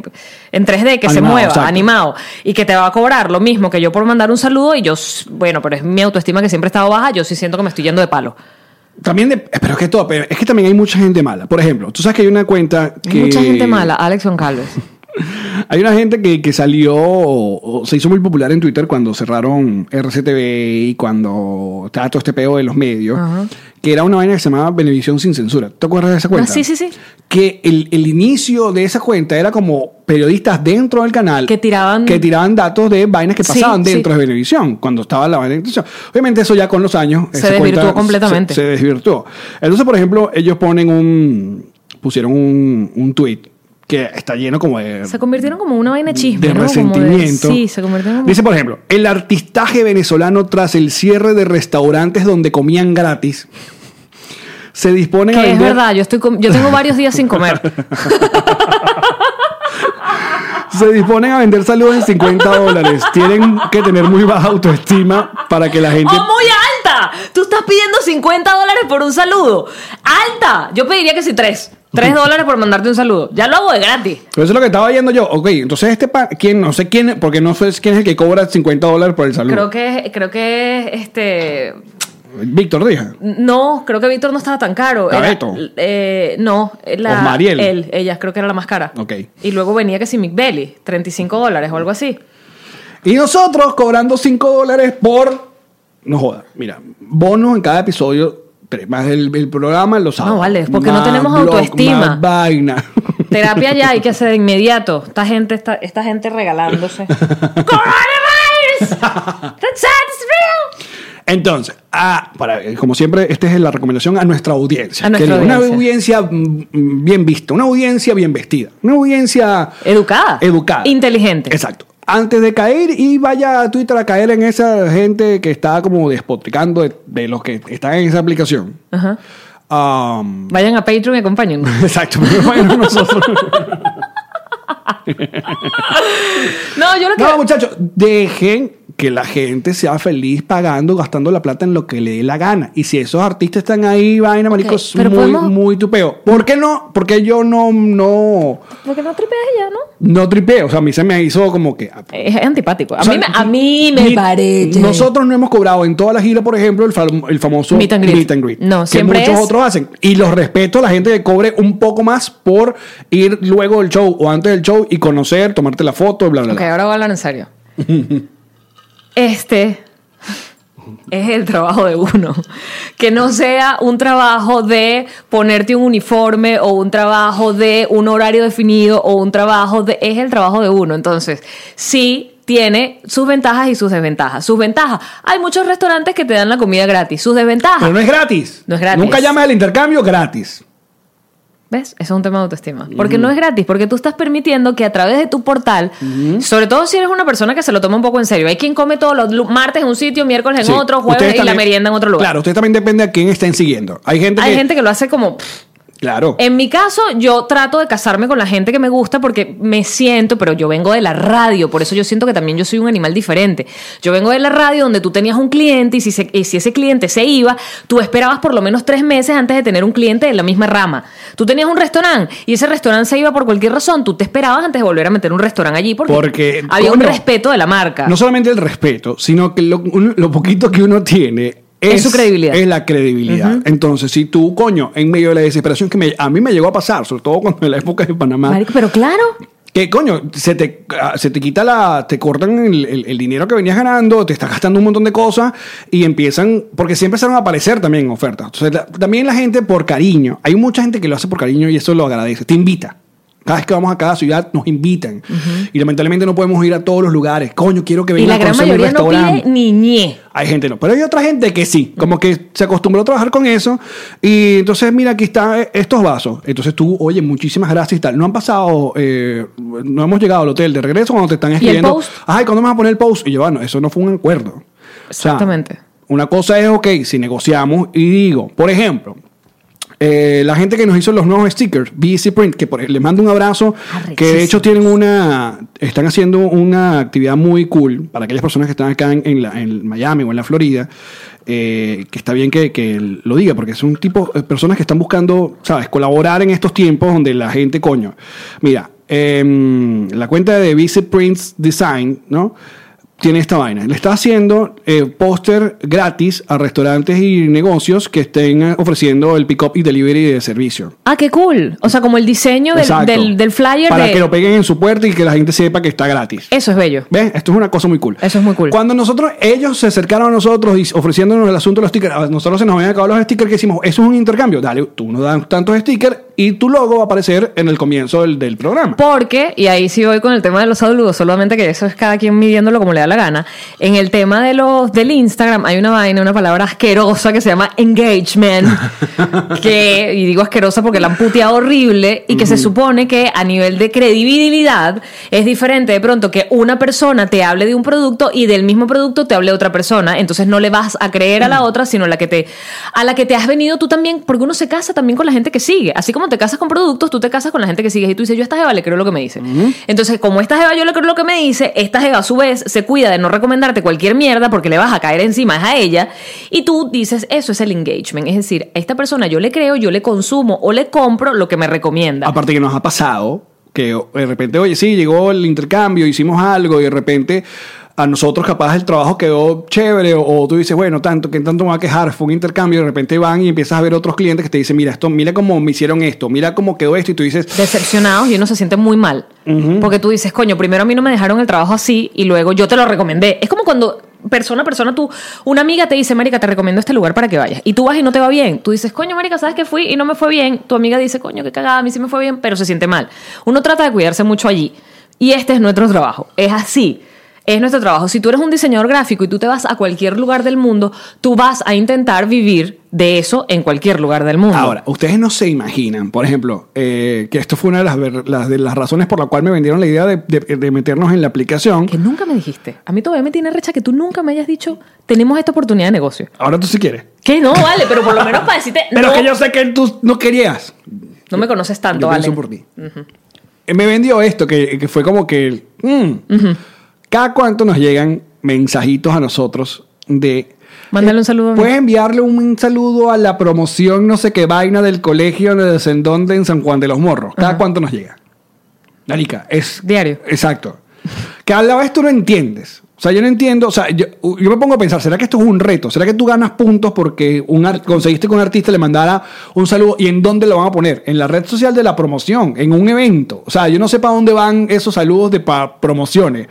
[SPEAKER 1] en 3D, que se
[SPEAKER 2] Animado,
[SPEAKER 1] mueva,
[SPEAKER 2] exacto.
[SPEAKER 1] animado, y que te va a cobrar lo mismo que yo por mandar un saludo. Y yo, s- bueno, pero es mi autoestima que siempre ha estado baja. Yo sí siento que me estoy yendo de palo.
[SPEAKER 2] También de- pero es que todo, pero es que también hay mucha gente mala. Por ejemplo, tú sabes que hay una cuenta
[SPEAKER 1] Hay
[SPEAKER 2] que
[SPEAKER 1] mucha gente mala, Alex Goncalves.
[SPEAKER 2] Hay una gente que, que salió, o- o se hizo muy popular en Twitter cuando cerraron RCTV y cuando estaba todo este peo de los medios,
[SPEAKER 1] Ajá.
[SPEAKER 2] que era una vaina que se llamaba Benevisión sin censura. ¿Te acuerdas de esa cuenta?
[SPEAKER 1] Ah, sí, sí, sí.
[SPEAKER 2] Que el, el inicio de esa cuenta era como periodistas dentro del canal
[SPEAKER 1] Que tiraban-
[SPEAKER 2] que tiraban datos de vainas que
[SPEAKER 1] Sí,
[SPEAKER 2] pasaban
[SPEAKER 1] sí.
[SPEAKER 2] dentro de Benevisión cuando estaba la vaina de televisión. Obviamente eso ya con los años
[SPEAKER 1] Se
[SPEAKER 2] esa
[SPEAKER 1] desvirtuó
[SPEAKER 2] cuenta
[SPEAKER 1] completamente.
[SPEAKER 2] Se, se desvirtuó. Entonces, por ejemplo, ellos ponen un pusieron un, un tweet que está lleno como de
[SPEAKER 1] Se convirtieron como una vaina de chisme.
[SPEAKER 2] de
[SPEAKER 1] ¿no? Como
[SPEAKER 2] resentimiento.
[SPEAKER 1] sí, se convirtieron como.
[SPEAKER 2] Dice, por ejemplo, el artistaje venezolano tras el cierre de restaurantes donde comían gratis se dispone a
[SPEAKER 1] que es
[SPEAKER 2] vender-
[SPEAKER 1] verdad, yo, estoy com- yo tengo varios días sin comer.
[SPEAKER 2] se disponen a vender saludos en 50
[SPEAKER 1] [LAUGHS]
[SPEAKER 2] dólares. Tienen que tener muy baja autoestima para que la gente
[SPEAKER 1] ¡Oh, muy alta! Tú estás pidiendo 50 dólares por un saludo. ¡Alta! Yo pediría que si tres. Tres dólares por mandarte un saludo. Ya lo hago de gratis.
[SPEAKER 2] Pero eso es lo que estaba viendo yo. Ok, entonces este pa quién no sé quién, porque no sé quién es el que cobra 50 dólares por el saludo.
[SPEAKER 1] Creo que, creo que este.
[SPEAKER 2] Víctor Díaz.
[SPEAKER 1] No, creo que Víctor no estaba tan caro. Era-
[SPEAKER 2] ¿Cabeto?
[SPEAKER 1] eh, no, la,
[SPEAKER 2] ¿Osmariel?
[SPEAKER 1] Él, ella, creo que era la más cara.
[SPEAKER 2] Ok.
[SPEAKER 1] Y luego venía que si Mick Belly, 35 dólares o algo así.
[SPEAKER 2] Y nosotros cobrando 5 dólares por. No joda, mira, bonos en cada episodio. tres, Más el, el programa lo sábados.
[SPEAKER 1] vale, porque no
[SPEAKER 2] Más
[SPEAKER 1] tenemos
[SPEAKER 2] blog,
[SPEAKER 1] autoestima.
[SPEAKER 2] Más vaina. [LAUGHS]
[SPEAKER 1] Terapia ya hay que hacer de inmediato. Esta gente, está, esta
[SPEAKER 2] [LAUGHS]
[SPEAKER 1] gente regalándose. ¡Coronavirus! ¡That's it's real!
[SPEAKER 2] Entonces, ah, para, como siempre, esta es la recomendación a nuestra audiencia.
[SPEAKER 1] A nuestra
[SPEAKER 2] querida.
[SPEAKER 1] audiencia.
[SPEAKER 2] Una audiencia mm, bien vista, una audiencia bien vestida, una audiencia
[SPEAKER 1] Educada.
[SPEAKER 2] educada.
[SPEAKER 1] Inteligente.
[SPEAKER 2] Exacto. Antes de caer y vaya a Twitter a caer en esa gente que está como despotricando de, de los que están en esa aplicación.
[SPEAKER 1] Ajá.
[SPEAKER 2] Am,
[SPEAKER 1] Vayan a Patreon y acompañen.
[SPEAKER 2] [LAUGHS] exacto. pero bueno, [LAUGHS] nosotros.
[SPEAKER 1] No, yo lo que.
[SPEAKER 2] No, muchachos, dejen que la gente sea feliz pagando, gastando la plata en lo que le dé la gana. Y si esos artistas están ahí, vaina, marico, es
[SPEAKER 1] pero
[SPEAKER 2] muy,
[SPEAKER 1] podemos-
[SPEAKER 2] muy tupeo. ¿Por qué no? Porque yo no, no,
[SPEAKER 1] Porque no tripeas ya, ¿no?
[SPEAKER 2] no tripeo. O sea, a mí se me hizo como que... ah,
[SPEAKER 1] Es antipático. A,
[SPEAKER 2] o sea,
[SPEAKER 1] mí, me, a mí me
[SPEAKER 2] ni-
[SPEAKER 1] parece.
[SPEAKER 2] Nosotros no hemos cobrado en toda la gira, por ejemplo, el, fam- el famoso
[SPEAKER 1] Meet and greet. No,
[SPEAKER 2] que
[SPEAKER 1] siempre
[SPEAKER 2] muchos
[SPEAKER 1] es-
[SPEAKER 2] otros hacen. Y los respeto a la gente que cobre un poco más por ir luego del show o antes del show y conocer, tomarte la foto, bla, bla,
[SPEAKER 1] Ok,
[SPEAKER 2] bla.
[SPEAKER 1] ahora voy a hablar en serio. Este es el trabajo de uno. Que no sea un trabajo de ponerte un uniforme o un trabajo de un horario definido o un trabajo de... Es el trabajo de uno. Entonces, sí tiene sus ventajas y sus desventajas. Sus ventajas. Hay muchos restaurantes que te dan la comida gratis. Sus desventajas.
[SPEAKER 2] Pero no es gratis.
[SPEAKER 1] No es gratis.
[SPEAKER 2] Nunca llames al intercambio gratis.
[SPEAKER 1] ¿Ves? Eso es un tema de autoestima. Porque no es gratis, porque tú estás permitiendo que a través de tu portal, sobre todo si eres una persona que se lo toma un poco en serio, hay quien come todos los lu- martes en un sitio, miércoles en
[SPEAKER 2] Sí.
[SPEAKER 1] otro, jueves
[SPEAKER 2] Ustedes
[SPEAKER 1] y la
[SPEAKER 2] también-
[SPEAKER 1] merienda en otro lugar.
[SPEAKER 2] Claro, usted también depende a quién estén siguiendo. Hay gente
[SPEAKER 1] Hay
[SPEAKER 2] que.
[SPEAKER 1] gente que lo hace como...
[SPEAKER 2] Claro.
[SPEAKER 1] En mi caso, yo trato de casarme con la gente que me gusta porque me siento, pero yo vengo de la radio, por eso yo siento que también yo soy un animal diferente. Yo vengo de la radio donde tú tenías un cliente y si, se- y si ese cliente se iba, tú esperabas por lo menos tres meses antes de tener un cliente de la misma rama. Tú tenías un restaurante y ese restaurante se iba por cualquier razón, tú te esperabas antes de volver a meter un restaurante allí porque,
[SPEAKER 2] Porque,
[SPEAKER 1] había un
[SPEAKER 2] coño,
[SPEAKER 1] respeto de la marca.
[SPEAKER 2] No solamente el respeto, sino que lo, uno- lo poquito que uno tiene es,
[SPEAKER 1] Es su credibilidad.
[SPEAKER 2] Es la credibilidad. Entonces, si tú, coño, en medio de la desesperación que me- a mí me llegó a pasar, sobre todo cuando en la época de Panamá,
[SPEAKER 1] Marico, pero claro,
[SPEAKER 2] que coño, se te, ah, se te quita la, te cortan el, el- el dinero que venías ganando, te estás gastando un montón de cosas y empiezan, porque siempre empezaron a aparecer también ofertas. Entonces, la- también la gente por cariño, hay mucha gente que lo hace por cariño y eso lo agradece, te invita. Cada vez que vamos a cada ciudad nos invitan. Y lamentablemente no podemos ir a todos los lugares. Coño, quiero que
[SPEAKER 1] y
[SPEAKER 2] vengan
[SPEAKER 1] la
[SPEAKER 2] a
[SPEAKER 1] gran
[SPEAKER 2] conocer mi
[SPEAKER 1] mayoría no
[SPEAKER 2] restaurante.
[SPEAKER 1] pide ni ñe.
[SPEAKER 2] Hay gente no, pero hay otra gente que sí, como que se acostumbró a trabajar con eso. Y entonces, mira, aquí están estos vasos. Entonces tú, oye, muchísimas gracias y tal. No han pasado, eh, no hemos llegado al hotel de regreso cuando te están escribiendo.
[SPEAKER 1] post?
[SPEAKER 2] Ay, ¿cuándo me vas a poner el post? Y yo, bueno, eso no fue un acuerdo. O sea,
[SPEAKER 1] Exactamente.
[SPEAKER 2] una cosa es, ok, si negociamos y digo, por ejemplo, eh, la gente que nos hizo los nuevos stickers, BC Print, que por, les mando un abrazo,
[SPEAKER 1] Ah,
[SPEAKER 2] que de hecho tienen una, están haciendo una actividad muy cool para aquellas personas que están acá en, en la- en Miami o en la Florida, eh, que está bien que, que lo diga, porque son tipo de personas que están buscando, ¿sabes?, colaborar en estos tiempos donde la gente, coño, mira, em, la cuenta de BC Prints Design, ¿no? tiene esta vaina. Le está haciendo eh, póster gratis a restaurantes y negocios que estén eh, ofreciendo el pick-up y delivery de servicio.
[SPEAKER 1] Ah, qué cool. O sea, como el diseño del,
[SPEAKER 2] Exacto.
[SPEAKER 1] del- del flyer
[SPEAKER 2] Para
[SPEAKER 1] de...
[SPEAKER 2] que lo peguen en su puerta y que la gente sepa que está gratis.
[SPEAKER 1] Eso es bello.
[SPEAKER 2] ¿Ves? Esto es una cosa muy cool.
[SPEAKER 1] Eso es muy cool.
[SPEAKER 2] Cuando nosotros, ellos se acercaron a nosotros y ofreciéndonos el asunto de los stickers, a nosotros se nos habían acabado los stickers que hicimos, eso es un intercambio. Dale, tú nos das tantos stickers y tu logo va a aparecer en el comienzo del, del programa.
[SPEAKER 1] Porque, y ahí sí voy con el tema de los saludos, solamente que eso es cada quien midiéndolo como le da la gana. En el tema de los del Instagram hay una vaina, una palabra asquerosa que se llama engagement, que, y digo asquerosa porque la han puteado horrible, y que se supone que a nivel de credibilidad es diferente de pronto que una persona te hable de un producto y del mismo producto te hable otra persona, entonces no le vas a creer a la otra, sino a la que te a la que te has venido tú también, porque uno se casa también con la gente que sigue, así como te casas con productos, tú te casas con la gente que sigues y tú dices, "Yo a esta jeva le creo lo que me dice." Entonces, como esta jeva yo le creo lo que me dice, esta jeva a su vez se cuida de no recomendarte cualquier mierda porque le vas a caer encima es a ella y tú dices, "Eso es el engagement", es decir, a esta persona yo le creo, yo le consumo o le compro lo que me recomienda.
[SPEAKER 2] Aparte que nos ha pasado que eh, de repente, oye, sí, llegó el intercambio, hicimos algo y de repente a nosotros capaz el trabajo quedó chévere o, o tú dices, bueno, tanto, que tanto me va a quejar? Fue un intercambio y de repente van y empiezas a ver otros clientes que te dicen, mira esto, mira cómo me hicieron esto, mira cómo quedó esto y tú dices,
[SPEAKER 1] decepcionados y uno se siente muy mal. Porque tú dices, coño, primero a mí no me dejaron el trabajo así y luego yo te lo recomendé. Es como cuando persona a persona tú, una amiga te dice, Marica, te recomiendo este lugar para que vayas. Y tú vas y no te va bien. Tú dices, coño, Marica, ¿sabes que fui y no me fue bien? Tu amiga dice, coño, qué cagada, a mí sí me fue bien, pero se siente mal. Uno trata de cuidarse mucho allí. Y este es nuestro trabajo. Es así. Es nuestro trabajo. Si tú eres un diseñador gráfico y tú te vas a cualquier lugar del mundo, tú vas a intentar vivir de eso en cualquier lugar del mundo.
[SPEAKER 2] Ahora, ustedes no se imaginan, por ejemplo, eh, que esto fue una de las, ver- las- de las razones por la cual me vendieron la idea de, de- de meternos en la aplicación.
[SPEAKER 1] Que nunca me dijiste. A mí todavía me tiene recha que tú nunca me hayas dicho, tenemos esta oportunidad de negocio.
[SPEAKER 2] Ahora tú sí quieres.
[SPEAKER 1] Que no, vale, pero por lo menos para decirte,
[SPEAKER 2] Pero
[SPEAKER 1] no,
[SPEAKER 2] que yo sé que tú no querías.
[SPEAKER 1] no me conoces tanto,
[SPEAKER 2] Yo
[SPEAKER 1] vale.
[SPEAKER 2] pienso por ti. Eh, Me vendió esto, que, que fue como que. mm, Cada cuánto nos llegan mensajitos a nosotros de
[SPEAKER 1] Mándale un saludo. a mi-
[SPEAKER 2] Puedes enviarle un saludo a la promoción no sé qué vaina del colegio de San dónde en San Juan de los Morros. ¿Cada
[SPEAKER 1] Ajá.
[SPEAKER 2] cuánto nos llega? Narica, es...
[SPEAKER 1] Diario.
[SPEAKER 2] Exacto. Que a la vez tú no entiendes. O sea, yo no entiendo, o sea, yo, yo me pongo a pensar, ¿será que esto es un reto? ¿Será que tú ganas puntos porque un ar- conseguiste que un artista le mandara un saludo? ¿Y en dónde lo van a poner? En la red social de la promoción, en un evento. O sea, yo no sé para dónde van esos saludos de pa- promociones.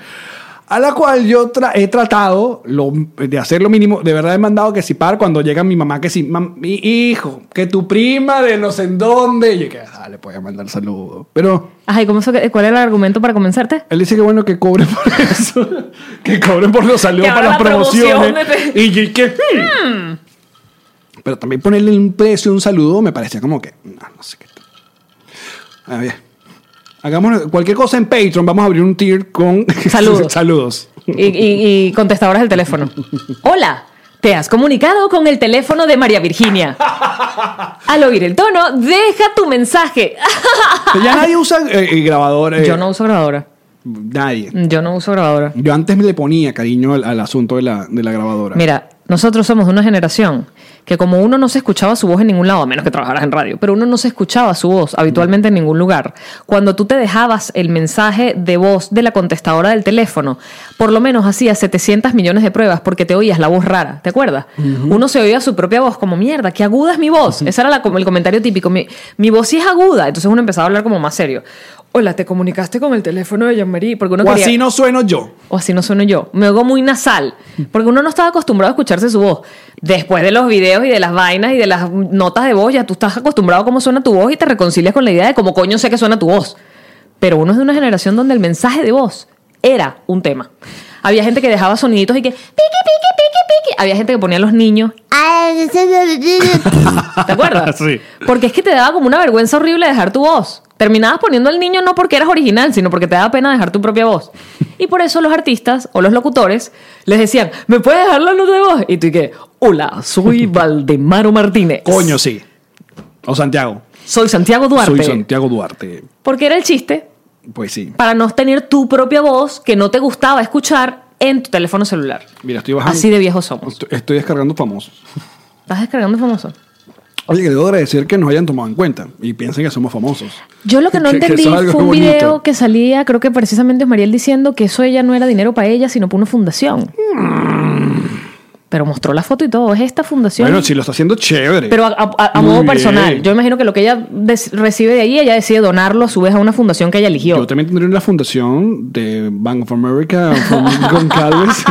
[SPEAKER 2] A la cual yo tra- he tratado lo- de hacer lo mínimo. De verdad he mandado que si par cuando llega mi mamá que si, "Mam- mi hijo, que tu prima de no sé en dónde. Y yo que, dale, voy a mandar saludos. Pero
[SPEAKER 1] Ajá, ¿y cómo eso que- ¿cuál era el argumento para convencerte?
[SPEAKER 2] él dice que bueno que cobren por [LAUGHS] eso. que cobren por los saludos
[SPEAKER 1] Que
[SPEAKER 2] para
[SPEAKER 1] ahora
[SPEAKER 2] las
[SPEAKER 1] la promoción
[SPEAKER 2] promociones.
[SPEAKER 1] de-
[SPEAKER 2] Y yo que. "Hmm". Pero también ponerle un precio, un saludo, me parecía como que. No, no sé qué. tal. A ver. Hagamos cualquier cosa en Patreon. Vamos a abrir un tier con [LAUGHS]
[SPEAKER 1] Saludos.
[SPEAKER 2] saludos.
[SPEAKER 1] Y, y, y contestadoras del teléfono. Hola, te has comunicado con el teléfono de
[SPEAKER 2] [LAUGHS]
[SPEAKER 1] María Virginia. Al oír el tono, deja tu mensaje.
[SPEAKER 2] Ya nadie usa eh, eh, grabador. eh,
[SPEAKER 1] Yo no uso grabadora.
[SPEAKER 2] Nadie.
[SPEAKER 1] Yo no uso grabadora.
[SPEAKER 2] Yo antes me le ponía cariño al, al asunto de la, de la grabadora.
[SPEAKER 1] Mira, nosotros somos de una generación que como uno no se escuchaba su voz en ningún lado, a menos que trabajaras en radio, pero uno no se escuchaba su voz habitualmente en ningún lugar. Cuando tú te dejabas el mensaje de voz de la contestadora del teléfono, por lo menos hacías 700 millones de pruebas porque te oías la voz rara, ¿te acuerdas? Uno se oía su propia voz como, mierda, qué aguda es mi voz. Ese era la com- el comentario típico, mi, mi voz sí es aguda, entonces uno empezaba a hablar como más serio. Hola, te comunicaste con el teléfono de Jean-Marie, porque uno
[SPEAKER 2] o
[SPEAKER 1] quería-
[SPEAKER 2] así no sueno yo.
[SPEAKER 1] o así no sueno yo. Me oigo muy nasal, porque uno no estaba acostumbrado a escucharse su voz. Después de los videos y de las vainas y de las notas de voz, ya tú estás acostumbrado a cómo suena tu voz y te reconcilias con la idea de cómo coño sé que suena tu voz. Pero uno es de una generación donde el mensaje de voz era un tema. Había gente que dejaba soniditos y que piqui, piqui, piqui, piqui. Había gente que ponía a los niños. ¿Te acuerdas?
[SPEAKER 2] Sí.
[SPEAKER 1] Porque es que te daba como una vergüenza horrible dejar tu voz. Terminabas poniendo al niño no porque eras original, sino porque te daba pena dejar tu propia voz. Y por eso los artistas o los locutores les decían, ¿me puedes dejar la nota de voz? Y tú y que, hola,
[SPEAKER 2] [LAUGHS]
[SPEAKER 1] soy Valdemaro Martínez.
[SPEAKER 2] Coño, sí. O Santiago.
[SPEAKER 1] Soy Santiago Duarte.
[SPEAKER 2] Soy Santiago Duarte.
[SPEAKER 1] Porque era el chiste
[SPEAKER 2] Pues sí.
[SPEAKER 1] para no tener tu propia voz que no te gustaba escuchar en tu teléfono celular.
[SPEAKER 2] Mira, estoy bajando.
[SPEAKER 1] Así de viejos somos.
[SPEAKER 2] Estoy- Estoy descargando famosos.
[SPEAKER 1] ¿Estás descargando famoso?
[SPEAKER 2] Oye, que debo agradecer que nos hayan tomado en cuenta y piensen que somos famosos.
[SPEAKER 1] Yo lo que no
[SPEAKER 2] Que- que
[SPEAKER 1] entendí
[SPEAKER 2] eso es
[SPEAKER 1] fue
[SPEAKER 2] algo
[SPEAKER 1] un
[SPEAKER 2] bonito.
[SPEAKER 1] video que salía, creo que precisamente Mariel diciendo que eso ella no era dinero para ella, sino para una fundación. Pero mostró la foto y todo, es esta fundación.
[SPEAKER 2] Bueno, si lo está haciendo chévere.
[SPEAKER 1] Pero a, a- a- a
[SPEAKER 2] Muy
[SPEAKER 1] modo
[SPEAKER 2] bien.
[SPEAKER 1] personal, yo imagino que lo que ella des- recibe de ahí, ella decide donarlo a su vez a una fundación que ella eligió.
[SPEAKER 2] Yo también tendría una fundación de Bank of America from
[SPEAKER 1] [LAUGHS]
[SPEAKER 2] Goncalves.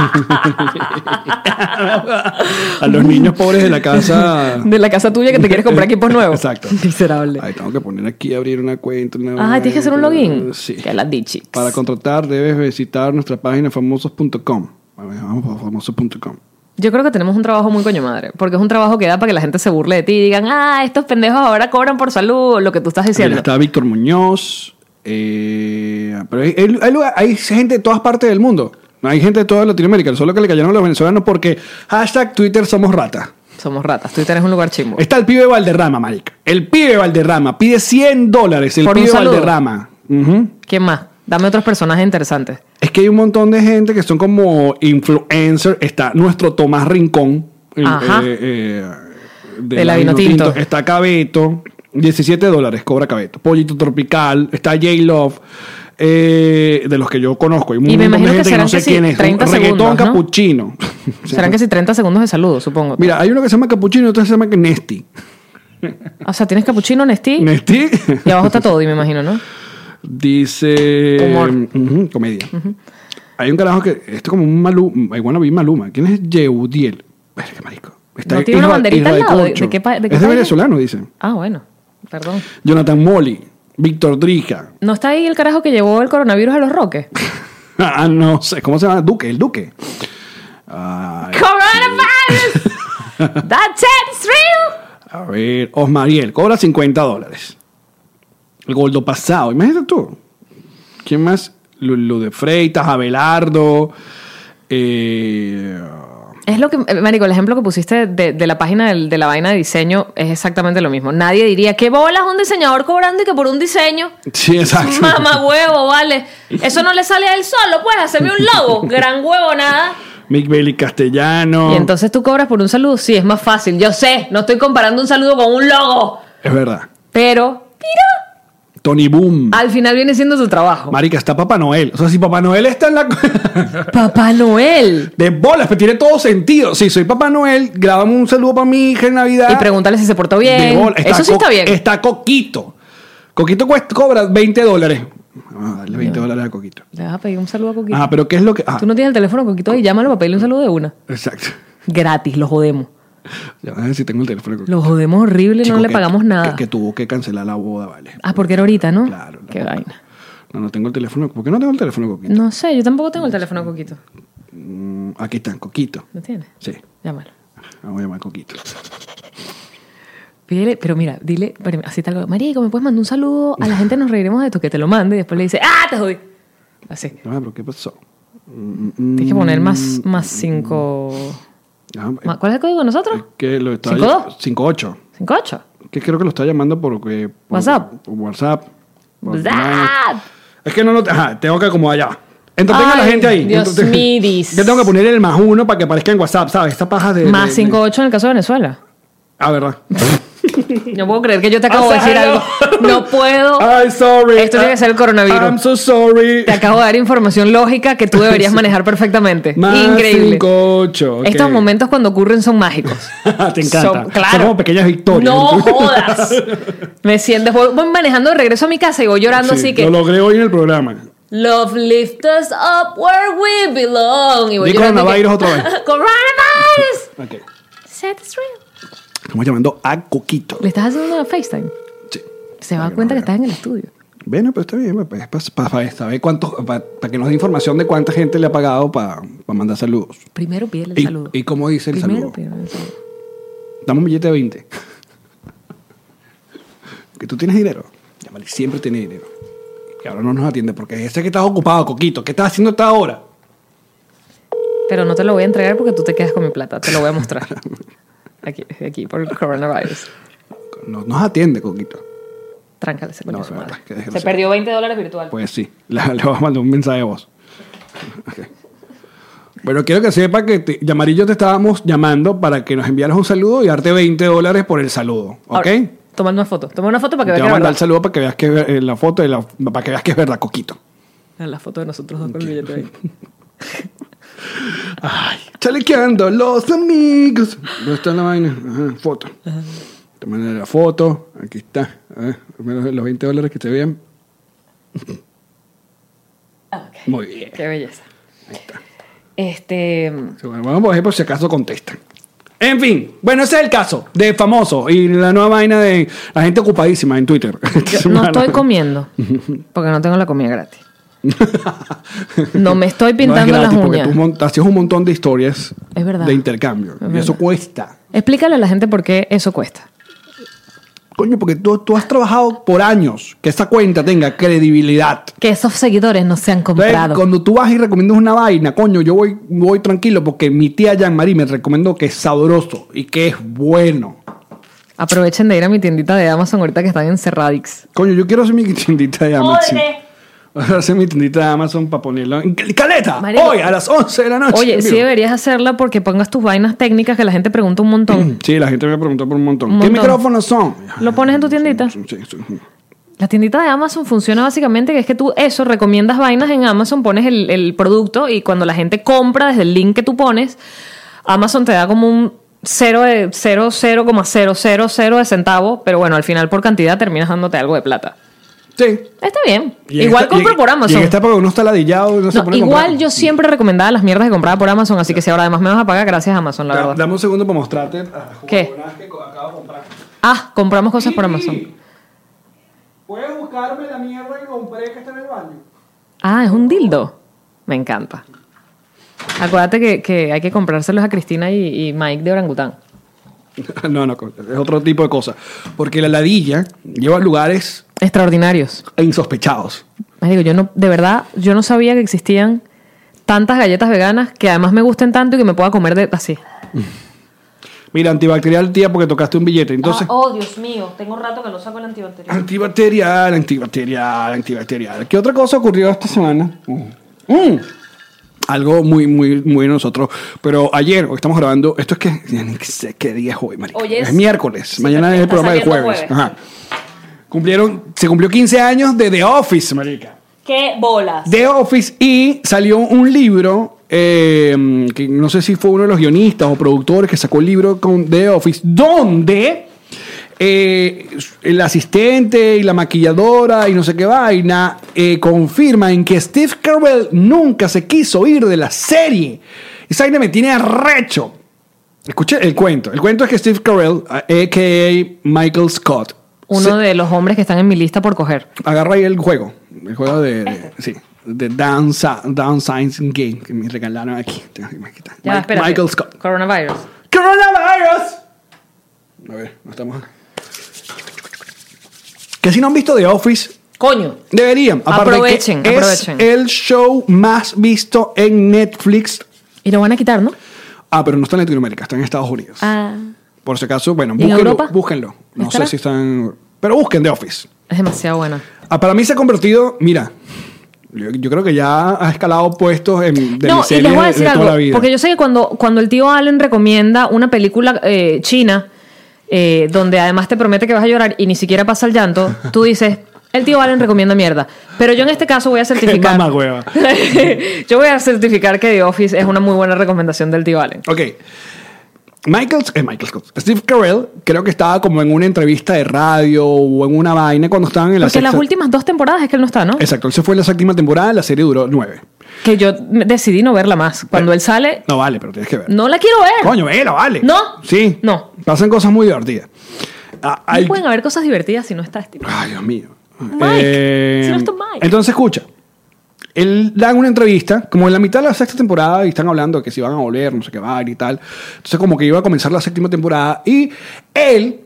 [SPEAKER 2] a los niños pobres de la casa.
[SPEAKER 1] De la casa tuya que te
[SPEAKER 2] [LAUGHS]
[SPEAKER 1] quieres comprar equipos nuevos.
[SPEAKER 2] Exacto.
[SPEAKER 1] Miserable.
[SPEAKER 2] Ay, tengo que poner aquí abrir una cuenta. una-
[SPEAKER 1] Ah, tienes que hacer un login.
[SPEAKER 2] Sí.
[SPEAKER 1] Que la dichix.
[SPEAKER 2] Para contratar debes visitar nuestra página famosos.com. Bueno, vamos a famosos.com.
[SPEAKER 1] Yo creo que tenemos un trabajo muy coño madre, porque es un trabajo que da para que la gente se burle de ti y digan, ah, estos pendejos ahora cobran por salud, lo que tú estás
[SPEAKER 2] Mira,
[SPEAKER 1] diciendo.
[SPEAKER 2] está Víctor Muñoz. eh, pero hay, hay- hay lugar- hay gente de todas partes del mundo. Hay gente de toda Latinoamérica. Solo que le cayeron a los venezolanos porque hashtag Twitter somos rata.
[SPEAKER 1] Somos ratas. Twitter es un lugar chimbo.
[SPEAKER 2] Está el pibe Valderrama, marica. El pibe Valderrama. Pide 100 dólares el
[SPEAKER 1] Por un
[SPEAKER 2] pibe
[SPEAKER 1] saludo.
[SPEAKER 2] Valderrama. Ujú.
[SPEAKER 1] ¿Quién más? Dame otros personajes interesantes.
[SPEAKER 2] Es que hay un montón de gente que son como influencer. Está nuestro Tomás Rincón. el-
[SPEAKER 1] Ajá.
[SPEAKER 2] eh, eh, de,
[SPEAKER 1] De la
[SPEAKER 2] Vinotinto.
[SPEAKER 1] Vinotinto.
[SPEAKER 2] Está Cabeto. 17 dólares cobra Cabeto. Pollito Tropical. Está J-Love. eh, de los que yo conozco. Hay un
[SPEAKER 1] Y me
[SPEAKER 2] montón de
[SPEAKER 1] imagino que
[SPEAKER 2] gente
[SPEAKER 1] serán
[SPEAKER 2] no sé
[SPEAKER 1] que sí,
[SPEAKER 2] quién es.
[SPEAKER 1] 30
[SPEAKER 2] Reggaetón
[SPEAKER 1] segundos, ¿no?
[SPEAKER 2] capuchino. [LAUGHS]
[SPEAKER 1] Serán que si 30 segundos de saludo, supongo.
[SPEAKER 2] pues. Mira, hay uno que se llama capuchino y otro que se llama que Nesti.
[SPEAKER 1] O sea, tienes capuchino, Nestí.
[SPEAKER 2] Nesti
[SPEAKER 1] Y abajo está todo, me imagino, ¿no?
[SPEAKER 2] dice...
[SPEAKER 1] Humor.
[SPEAKER 2] Ujú, comedia. Hay un carajo que... Esto es como un Maluma. Igual vi Maluma. ¿Quién es Yeudiel? Verga, qué marico.
[SPEAKER 1] ¿No tiene una
[SPEAKER 2] Isra-
[SPEAKER 1] banderita al
[SPEAKER 2] Israel
[SPEAKER 1] lado? ¿De-
[SPEAKER 2] Corcho.
[SPEAKER 1] de qué pa- de qué
[SPEAKER 2] Es de
[SPEAKER 1] país es?
[SPEAKER 2] venezolano, dice.
[SPEAKER 1] Ah, bueno. Perdón.
[SPEAKER 2] Jonathan Molly, Víctor Drija. [LAUGHS]
[SPEAKER 1] ¿No está ahí el carajo que llevó el coronavirus a los roques?
[SPEAKER 2] Ah, no sé, ¿cómo se llama? Duque, el
[SPEAKER 1] [LAUGHS]
[SPEAKER 2] Duque. Ay,
[SPEAKER 1] ¡Coronavirus!
[SPEAKER 2] [LAUGHS]
[SPEAKER 1] ¡That's it! it's real!
[SPEAKER 2] a ver, Osmariel, cobra 50 dólares. El Goldo Pasado, imagínate tú. ¿Quién más? Lulu de Freitas, Abelardo. Eh,
[SPEAKER 1] Es lo que, eh, Marico, el ejemplo que pusiste de, de la página del- de la vaina de diseño es exactamente lo mismo. Nadie diría, ¿qué bolas un diseñador cobrando y que por un diseño?
[SPEAKER 2] sí, [LAUGHS] exacto.
[SPEAKER 1] Mamá huevo, vale. Eso no le sale a él solo, pues, hacerme un logo. Gran huevo, nada.
[SPEAKER 2] Mick Bailey castellano.
[SPEAKER 1] Y entonces tú cobras por un saludo. Sí, es más fácil. Yo sé, no estoy comparando un saludo con un logo.
[SPEAKER 2] Es verdad.
[SPEAKER 1] Pero
[SPEAKER 2] Tony Boom.
[SPEAKER 1] al final viene siendo tu trabajo.
[SPEAKER 2] Marica, está Papá Noel. O sea, si Papá Noel está en la...
[SPEAKER 1] Papá Noel.
[SPEAKER 2] [LAUGHS] de bolas, pero tiene todo sentido. Sí, soy Papá Noel, grabamos un saludo para mi hija en Navidad.
[SPEAKER 1] Y pregúntale si se portó
[SPEAKER 2] De
[SPEAKER 1] bien.
[SPEAKER 2] bola.
[SPEAKER 1] Eso sí
[SPEAKER 2] co-
[SPEAKER 1] está bien.
[SPEAKER 2] Está Coquito. Coquito cuesta- cobra 20 dólares. Vamos a darle 20 dólares a Coquito.
[SPEAKER 1] Le vas a pedir un saludo a Coquito.
[SPEAKER 2] Ah, pero ¿qué es lo que...? ah,
[SPEAKER 1] Tú no tienes el teléfono, Coquito, y llámalo para pedirle un saludo de una.
[SPEAKER 2] Exacto. [LAUGHS]
[SPEAKER 1] Gratis, lo jodemos.
[SPEAKER 2] Ya, a ver si tengo el teléfono. de Coquito.
[SPEAKER 1] Lo jodemos horrible,
[SPEAKER 2] Chico,
[SPEAKER 1] no le
[SPEAKER 2] que-
[SPEAKER 1] pagamos nada.
[SPEAKER 2] Que, que tuvo que cancelar la boda, vale.
[SPEAKER 1] Ah, porque era ahorita, ¿no?
[SPEAKER 2] Claro, no.
[SPEAKER 1] Qué vaina.
[SPEAKER 2] No, no tengo el teléfono. ¿Por qué no tengo el teléfono de Coquito?
[SPEAKER 1] No sé, yo tampoco tengo el teléfono, Coquito.
[SPEAKER 2] Mm, Aquí está, Coquito.
[SPEAKER 1] ¿No tienes?
[SPEAKER 2] Sí,
[SPEAKER 1] Llámalo.
[SPEAKER 2] vamos a llamar a Coquito.
[SPEAKER 1] Pídele, pero mira, dile, pero así tal cual, Marico, ¿me puedes mandar un saludo? A la gente nos reiremos de esto, que te lo mande. Y después le dice, ¡ah, te jodí! Así.
[SPEAKER 2] Ah, pero ¿qué pasó? Mm,
[SPEAKER 1] Tienes que poner más, más cinco...
[SPEAKER 2] Ah,
[SPEAKER 1] ma- ¿Cuál es el código de nosotros?
[SPEAKER 2] es que lo está...
[SPEAKER 1] ¿Cinco dos?
[SPEAKER 2] 5-8.
[SPEAKER 1] ¿Cinco ocho?
[SPEAKER 2] que creo que lo está llamando por, eh, por-
[SPEAKER 1] WhatsApp. ¡Ah!
[SPEAKER 2] por WhatsApp. Por-
[SPEAKER 1] ¡Zap!
[SPEAKER 2] Es que no lo. Ajá, tengo que como allá. Entretenga a la
[SPEAKER 1] Ay,
[SPEAKER 2] gente ahí.
[SPEAKER 1] Dios
[SPEAKER 2] Entreten-
[SPEAKER 1] midis.
[SPEAKER 2] Yo tengo que poner el más uno para que aparezca en WhatsApp, ¿sabes? Esta paja de.
[SPEAKER 1] Más
[SPEAKER 2] de-
[SPEAKER 1] cinco ocho en el caso de Venezuela.
[SPEAKER 2] Ah, ¿verdad?
[SPEAKER 1] No puedo
[SPEAKER 2] [LAUGHS]
[SPEAKER 1] creer que yo te acabo de
[SPEAKER 2] O sea,
[SPEAKER 1] decir algo. No puedo.
[SPEAKER 2] I'm Ah, sorry.
[SPEAKER 1] Esto tiene que ser el coronavirus.
[SPEAKER 2] I'm so sorry.
[SPEAKER 1] Te acabo de dar información lógica que tú deberías manejar perfectamente.
[SPEAKER 2] Más
[SPEAKER 1] Increíble.
[SPEAKER 2] cinco, ocho, ok.
[SPEAKER 1] Estos momentos cuando ocurren son mágicos.
[SPEAKER 2] [LAUGHS] Te encanta.
[SPEAKER 1] Son- claro.
[SPEAKER 2] Son como pequeñas victorias. [LAUGHS]
[SPEAKER 1] No jodas. Me siento, voy, voy manejando de regreso a mi casa y voy llorando
[SPEAKER 2] Sí,
[SPEAKER 1] así que.
[SPEAKER 2] Lo logré hoy en el programa.
[SPEAKER 1] Love lift us up where we belong. Y voy
[SPEAKER 2] Di
[SPEAKER 1] llorando
[SPEAKER 2] coronavirus
[SPEAKER 1] que-
[SPEAKER 2] otra vez.
[SPEAKER 1] [LAUGHS] coronavirus.
[SPEAKER 2] Ok.
[SPEAKER 1] Set is real.
[SPEAKER 2] Estamos llamando a Coquito.
[SPEAKER 1] Le estás haciendo una FaceTime.
[SPEAKER 2] Sí.
[SPEAKER 1] Se da cuenta que estás en el estudio.
[SPEAKER 2] Bueno, pero está bien, pues, pues, para saber cuántos, para, para que nos dé información de cuánta gente le ha pagado para, para mandar saludos.
[SPEAKER 1] Primero pídele el
[SPEAKER 2] ¿Y,
[SPEAKER 1] saludo.
[SPEAKER 2] y cómo dice el
[SPEAKER 1] Primero
[SPEAKER 2] saludo?
[SPEAKER 1] pídele el saludo.
[SPEAKER 2] Dame un billete de 20. que tú tienes dinero. Llámale, siempre tiene dinero. Y ahora no nos atiende porque ese que estás ocupado, Coquito. ¿Qué estás haciendo hasta ahora?
[SPEAKER 1] Pero no te lo voy a entregar porque tú te quedas con mi plata. Te lo voy
[SPEAKER 2] [LAUGHS]
[SPEAKER 1] a mostrar. Aquí, aquí, por el coronavirus.
[SPEAKER 2] No nos atiende, Coquito.
[SPEAKER 1] Tráncale ese coño
[SPEAKER 2] No,
[SPEAKER 1] a su
[SPEAKER 2] verdad,
[SPEAKER 1] madre.
[SPEAKER 2] qué
[SPEAKER 1] Se
[SPEAKER 2] desgracia.
[SPEAKER 1] perdió 20 dólares virtual.
[SPEAKER 2] Pues sí, [LAUGHS] la- le vas a mandar un mensaje de voz. Ok. Bueno, quiero que sepa que te, Yamari y yo te estábamos llamando para que nos enviaras un saludo y darte 20 dólares por el saludo, ¿ok?
[SPEAKER 1] Ahora, toma una foto. Toma una foto para que
[SPEAKER 2] te
[SPEAKER 1] veas
[SPEAKER 2] voy
[SPEAKER 1] que
[SPEAKER 2] a
[SPEAKER 1] es
[SPEAKER 2] mandar el
[SPEAKER 1] verdad.
[SPEAKER 2] saludo para que veas que es ver- eh, la foto, de la- para que veas que es verdad, Coquito.
[SPEAKER 1] La foto de nosotros dos con el billete ahí.
[SPEAKER 2] Chalequeando los amigos. ¿Dónde está la vaina? Ajá, foto. Te mandé la foto. Aquí está. A ver, al menos los 20 dólares que te vean.
[SPEAKER 1] Ah, ok.
[SPEAKER 2] Muy bien.
[SPEAKER 1] [LAUGHS] Qué belleza. Este.
[SPEAKER 2] [LAUGHS] Bueno, por ejemplo, si acaso contestan. En fin, bueno, ese es el caso de famoso y la nueva vaina de la gente ocupadísima en Twitter. [LAUGHS]
[SPEAKER 1] yo no estoy comiendo porque no tengo la comida gratis. No
[SPEAKER 2] [LAUGHS]
[SPEAKER 1] me estoy pintando las uñas.
[SPEAKER 2] Porque tú mon- hacías un montón de historias
[SPEAKER 1] Es verdad.
[SPEAKER 2] de intercambio.
[SPEAKER 1] Es
[SPEAKER 2] y eso
[SPEAKER 1] verdad.
[SPEAKER 2] cuesta.
[SPEAKER 1] Explícale a la gente por qué eso cuesta.
[SPEAKER 2] Coño, porque tú, tú has trabajado por años que esa cuenta tenga credibilidad.
[SPEAKER 1] Que esos seguidores no se han
[SPEAKER 2] Entonces,
[SPEAKER 1] comprado.
[SPEAKER 2] cuando tú vas y recomiendas una vaina, coño, yo voy, voy tranquilo porque mi tía Jean-Marie me recomendó que es sabroso y que es bueno.
[SPEAKER 1] Aprovechen de ir a mi tiendita de Amazon ahorita que están en Cerradix.
[SPEAKER 2] Coño, yo quiero hacer mi [LAUGHS] tiendita de Amazon. Voy a hacer mi tiendita de Amazon para ponerla en cal- caleta.
[SPEAKER 1] Marico.
[SPEAKER 2] Hoy a las 11 de la noche.
[SPEAKER 1] Oye,
[SPEAKER 2] en
[SPEAKER 1] sí
[SPEAKER 2] vivo.
[SPEAKER 1] deberías hacerla porque pongas tus vainas técnicas que la gente pregunta un montón.
[SPEAKER 2] Sí, la gente me preguntó por un montón.
[SPEAKER 1] Un
[SPEAKER 2] ¿Qué
[SPEAKER 1] montón.
[SPEAKER 2] micrófonos son?
[SPEAKER 1] ¿Lo pones en tu tiendita?
[SPEAKER 2] Sí, sí, sí.
[SPEAKER 1] La tiendita de Amazon funciona básicamente que es que tú eso recomiendas vainas en Amazon, pones el, el producto y cuando la gente compra desde el link que tú pones, Amazon te da como un 0 de 0,000 de centavo, pero bueno, al final por cantidad terminas dándote algo de plata.
[SPEAKER 2] Sí.
[SPEAKER 1] Está bien.
[SPEAKER 2] Y en
[SPEAKER 1] Igual
[SPEAKER 2] esta-
[SPEAKER 1] compro
[SPEAKER 2] y-
[SPEAKER 1] por
[SPEAKER 2] Y
[SPEAKER 1] Amazon.
[SPEAKER 2] en esta época uno está ladillado. uno se
[SPEAKER 1] No,
[SPEAKER 2] pone a comprar.
[SPEAKER 1] igual yo siempre recomendaba las mierdas que compraba por Amazon, así que si ahora además me vas a pagar, gracias Amazon, la
[SPEAKER 2] Da-
[SPEAKER 1] verdad.
[SPEAKER 2] Dame un segundo para mostrarte las
[SPEAKER 1] ¿Qué?
[SPEAKER 2] jugadoras que co- acabo de comprar.
[SPEAKER 1] Ah, compramos cosas por Amazon.
[SPEAKER 2] ¿Puedes buscarme la mierda que compré que está en el baño? [LAUGHS]
[SPEAKER 1] Ah, es un dildo. Me encanta. Acuérdate que, que hay que comprárselos a Cristina y, y Mike de Orangután.
[SPEAKER 2] no, no, co- es otro tipo de cosa. Porque la ladilla lleva a lugares
[SPEAKER 1] Extraordinarios.
[SPEAKER 2] insospechados.
[SPEAKER 1] Más digo, yo no, de verdad, yo no sabía que existían tantas galletas veganas que además me gusten tanto y que me pueda comer de así.
[SPEAKER 2] Mira, antibacterial, tía, porque tocaste un billete. Entonces,
[SPEAKER 1] oh, Dios mío, tengo rato que no saco el antibacterial.
[SPEAKER 2] antibacterial, antibacterial, antibacterial. ¿Qué otra cosa ocurrió esta semana? Mm. Mm. Algo muy, muy, muy de nosotros. Pero ayer, hoy estamos grabando, esto es que, ya ni sé qué día es hoy, marico.
[SPEAKER 1] Hoy es-
[SPEAKER 2] miércoles,
[SPEAKER 1] Sí,
[SPEAKER 2] mañana
[SPEAKER 1] pero
[SPEAKER 2] es el
[SPEAKER 1] está
[SPEAKER 2] programa del
[SPEAKER 1] saliendo
[SPEAKER 2] jueves.
[SPEAKER 1] jueves.
[SPEAKER 2] Ajá. Cumplieron, se cumplió 15 años de The Office, marica.
[SPEAKER 1] ¡Qué bolas!
[SPEAKER 2] The Office y salió un libro eh, que no sé si fue uno de los guionistas o productores que sacó el libro con The Office donde eh, el asistente y la maquilladora y no sé qué vaina eh, confirman que Steve Carell nunca se quiso ir de la serie. Esa vaina me tiene arrecho. Escuche el cuento. El cuento es que Steve Carell, eh, a.k.a. Michael Scott, se-
[SPEAKER 1] Uno de los hombres que están en mi lista por coger.
[SPEAKER 2] Agarra ahí el juego. El juego de. de- sí. De Down, Sa- Down Science Game. Que me regalaron aquí. Tengo que- aquí está.
[SPEAKER 1] Ya,
[SPEAKER 2] Mi-
[SPEAKER 1] espérate.
[SPEAKER 2] Michael Scott.
[SPEAKER 1] Coronavirus.
[SPEAKER 2] ¡Coronavirus! A ver, no estamos. Que si no han visto The Office,
[SPEAKER 1] Coño.
[SPEAKER 2] deberían. Aparte que
[SPEAKER 1] Aprovechen,
[SPEAKER 2] es
[SPEAKER 1] aprovechen.
[SPEAKER 2] el show más visto en Netflix.
[SPEAKER 1] Y lo van a quitar, ¿no?
[SPEAKER 2] Ah, pero no está en Latinoamérica, está en Estados Unidos.
[SPEAKER 1] Ah.
[SPEAKER 2] Por si acaso, bueno,
[SPEAKER 1] en
[SPEAKER 2] búsquenlo.
[SPEAKER 1] Europa?
[SPEAKER 2] búsquenlo. No
[SPEAKER 1] ¿Estará?
[SPEAKER 2] sé si están. Pero busquen The Office.
[SPEAKER 1] Es demasiado bueno.
[SPEAKER 2] Ah, para mí se ha convertido, mira, yo, yo creo que ya ha escalado puestos en, de
[SPEAKER 1] no,
[SPEAKER 2] mi
[SPEAKER 1] y
[SPEAKER 2] serie
[SPEAKER 1] les voy a
[SPEAKER 2] de-
[SPEAKER 1] decir
[SPEAKER 2] de toda
[SPEAKER 1] algo.
[SPEAKER 2] la vida. [LAUGHS]
[SPEAKER 1] Porque yo sé que cuando, cuando el tío Allen recomienda una película eh, china, eh, donde además te promete que vas a llorar y ni siquiera pasa
[SPEAKER 2] [LAUGHS]
[SPEAKER 1] el llanto, tú dices, el tío Allen recomienda mierda. Pero yo en este caso voy a certificar.
[SPEAKER 2] mamagüeva.
[SPEAKER 1] [LAUGHS] yo voy a certificar que The Office es una muy buena recomendación del tío Allen.
[SPEAKER 2] Ok. Michael, eh, Michael Scott, Steve Carell creo que estaba como en una entrevista de radio o en una vaina cuando estaban en la
[SPEAKER 1] Porque las
[SPEAKER 2] sexta-
[SPEAKER 1] últimas dos temporadas es que él no está, ¿no?
[SPEAKER 2] Exacto, él se fue en la séptima temporada, la serie duró nueve.
[SPEAKER 1] Que yo decidí no verla más. Cuando él sale,
[SPEAKER 2] No vale, pero tienes que ver.
[SPEAKER 1] no la quiero ver.
[SPEAKER 2] Coño, velo, vale.
[SPEAKER 1] No.
[SPEAKER 2] Sí.
[SPEAKER 1] No.
[SPEAKER 2] Pasan cosas muy divertidas. Ah,
[SPEAKER 1] No
[SPEAKER 2] hay-
[SPEAKER 1] pueden haber cosas divertidas si no está este. Steve.
[SPEAKER 2] Ay, Dios mío. Eh,
[SPEAKER 1] Mike, si no es tu Mike.
[SPEAKER 2] Entonces, escucha. Él da una entrevista, como en la mitad de la sexta temporada, y están hablando que si van a volver, no sé qué va y tal. Entonces, como que iba a comenzar la séptima temporada, y él,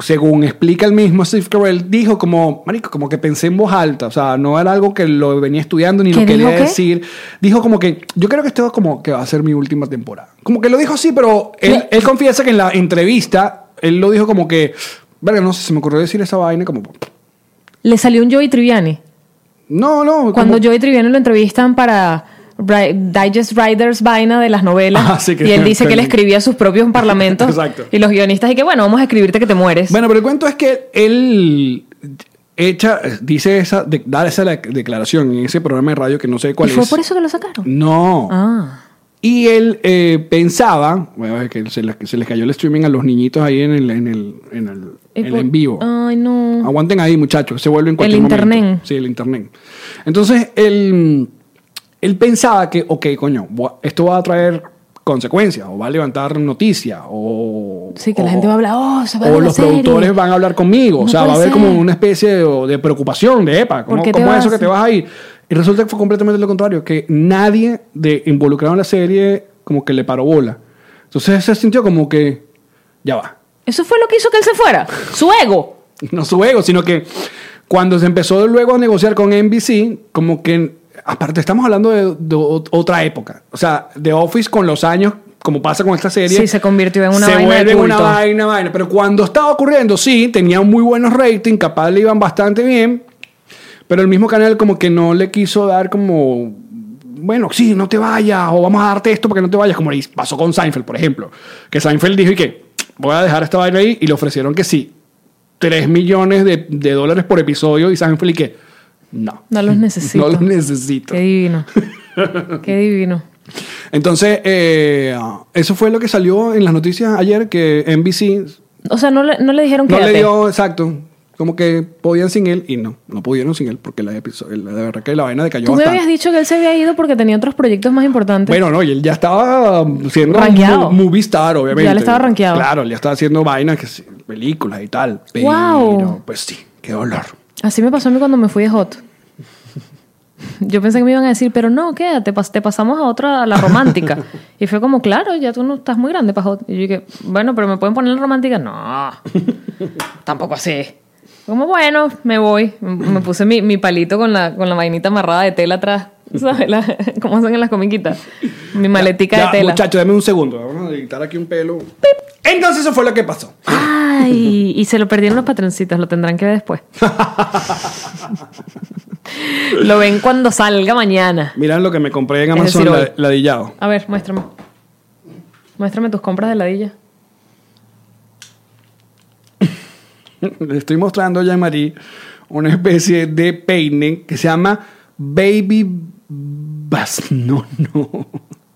[SPEAKER 2] según explica el mismo Steve Carell, dijo como, marico, como que pensé en voz alta, o sea, no era algo que lo venía estudiando ni lo
[SPEAKER 1] ¿Qué
[SPEAKER 2] quería
[SPEAKER 1] dijo qué?
[SPEAKER 2] decir. Dijo como que, yo creo que esto es como que va a ser mi última temporada. Como que lo dijo así, pero él, él confiesa que en la entrevista, él lo dijo como que, verga, no sé, se me ocurrió decir esa vaina, como,
[SPEAKER 1] Le salió un Joey Triviani.
[SPEAKER 2] no, no.
[SPEAKER 1] Cuando
[SPEAKER 2] como-
[SPEAKER 1] Joey Triviani lo entrevistan para Ri- Digest Writers vaina de las novelas.
[SPEAKER 2] Ah, sí, que-
[SPEAKER 1] y él
[SPEAKER 2] [LAUGHS]
[SPEAKER 1] dice que él escribía sus propios parlamentos.
[SPEAKER 2] Exacto.
[SPEAKER 1] Y los guionistas, y que bueno, vamos a escribirte que te mueres.
[SPEAKER 2] Bueno, pero el cuento es que él echa, dice esa, de- da esa la- declaración en ese programa de radio que no sé cuál
[SPEAKER 1] ¿Y fue
[SPEAKER 2] es.
[SPEAKER 1] por eso que lo sacaron?
[SPEAKER 2] No.
[SPEAKER 1] Ah.
[SPEAKER 2] Y él eh, pensaba, bueno, es que se, les- que se les cayó el streaming a los niñitos ahí en el en, el, en, el, en,
[SPEAKER 1] Y
[SPEAKER 2] el
[SPEAKER 1] por-
[SPEAKER 2] en vivo. Ah,
[SPEAKER 1] Ay, no.
[SPEAKER 2] Aguanten ahí, muchachos, se vuelven cualquier
[SPEAKER 1] El
[SPEAKER 2] momento.
[SPEAKER 1] internet.
[SPEAKER 2] Sí, el internet. Entonces, él, él pensaba que, ok, coño, bo- esto va a traer consecuencias, o va a levantar noticia, o...
[SPEAKER 1] Sí, que
[SPEAKER 2] o-
[SPEAKER 1] la gente va a hablar, oh, se va a
[SPEAKER 2] o
[SPEAKER 1] dar la
[SPEAKER 2] los
[SPEAKER 1] serie.
[SPEAKER 2] productores van a hablar conmigo. o
[SPEAKER 1] No
[SPEAKER 2] sea, va a
[SPEAKER 1] puede
[SPEAKER 2] haber como
[SPEAKER 1] ser.
[SPEAKER 2] una especie de, de preocupación de, epa, ¿cómo,
[SPEAKER 1] ¿Por qué te
[SPEAKER 2] cómo es eso que
[SPEAKER 1] vas?
[SPEAKER 2] te vas a ir? Y resulta que fue completamente lo contrario, que nadie de involucrado en la serie como que le paró bola. Entonces se sintió como que, ya va.
[SPEAKER 1] Eso fue lo que hizo que él se fuera. Su ego.
[SPEAKER 2] [LAUGHS] No su ego, sino que cuando se empezó luego a negociar con NBC, como que, aparte estamos hablando de, de ot- otra época. O sea, The Office con los años, como pasa con esta serie.
[SPEAKER 1] Sí, se convirtió en una
[SPEAKER 2] se
[SPEAKER 1] vaina de
[SPEAKER 2] vuelve una
[SPEAKER 1] culto.
[SPEAKER 2] vaina, vaina. Pero cuando estaba ocurriendo, sí, tenían muy buenos ratings, capaz le iban bastante bien, pero el mismo canal como que no le quiso dar como, bueno, sí, no te vayas, o vamos a darte esto para que no te vayas, como le pasó con Seinfeld, por ejemplo, que Seinfeld dijo y que voy a dejar esta vaina ahí y le ofrecieron que sí, 3 millones de, de dólares por episodio y Seinfeld y que [LAUGHS] no,
[SPEAKER 1] No los necesito.
[SPEAKER 2] no los necesito. [LAUGHS]
[SPEAKER 1] Qué divino. Qué divino.
[SPEAKER 2] Entonces, eh, eso fue lo que salió en las noticias ayer, que NBC
[SPEAKER 1] O sea, no le, no le dijeron que
[SPEAKER 2] No le dio, exacto. Como que podían sin él y no, no pudieron sin él porque la, episo- la la verdad que la vaina decayó
[SPEAKER 1] Tú me habías
[SPEAKER 2] bastante.
[SPEAKER 1] dicho que él se había ido porque tenía otros proyectos más importantes.
[SPEAKER 2] Bueno, no, y él ya estaba siendo
[SPEAKER 1] Rankeado.
[SPEAKER 2] mu- movie star, obviamente.
[SPEAKER 1] Ya le estaba rankeado.
[SPEAKER 2] Claro, él ya estaba haciendo vainas, que sí, películas y tal. Pero,
[SPEAKER 1] Guau.
[SPEAKER 2] pues sí, qué dolor.
[SPEAKER 1] Así me pasó a mí cuando me fui de Hot. Yo pensé que me iban a decir, pero no, quédate, pas- te pasamos a otra, a la [LAUGHS] romántica. Y fue como, claro, ya tú no estás muy grande para Hot. Y yo dije, bueno, pero ¿me pueden poner la romántica? No, [LAUGHS] tampoco así. Como, bueno, me voy. M- Me puse mi, mi palito con la, con la vainita amarrada de tela atrás. ¿Sabes? La- [LAUGHS] ¿Cómo hacen en las comiquitas? Mi maletica
[SPEAKER 2] Ya,
[SPEAKER 1] de tela.
[SPEAKER 2] Muchachos, dame un segundo. Vamos a editar aquí un pelo. Entonces eso fue lo que pasó.
[SPEAKER 1] [LAUGHS] Ay, y se lo perdieron los patroncitos, lo tendrán que ver después. Lo ven cuando salga mañana.
[SPEAKER 2] Mirad lo que me compré en
[SPEAKER 1] Es
[SPEAKER 2] Amazon la-
[SPEAKER 1] decir, hoy.
[SPEAKER 2] ladillado.
[SPEAKER 1] A ver, muéstrame. Muéstrame tus compras de ladilla.
[SPEAKER 2] Le estoy mostrando a Jean-Marie una especie de peine que se llama Baby Bas. No, no.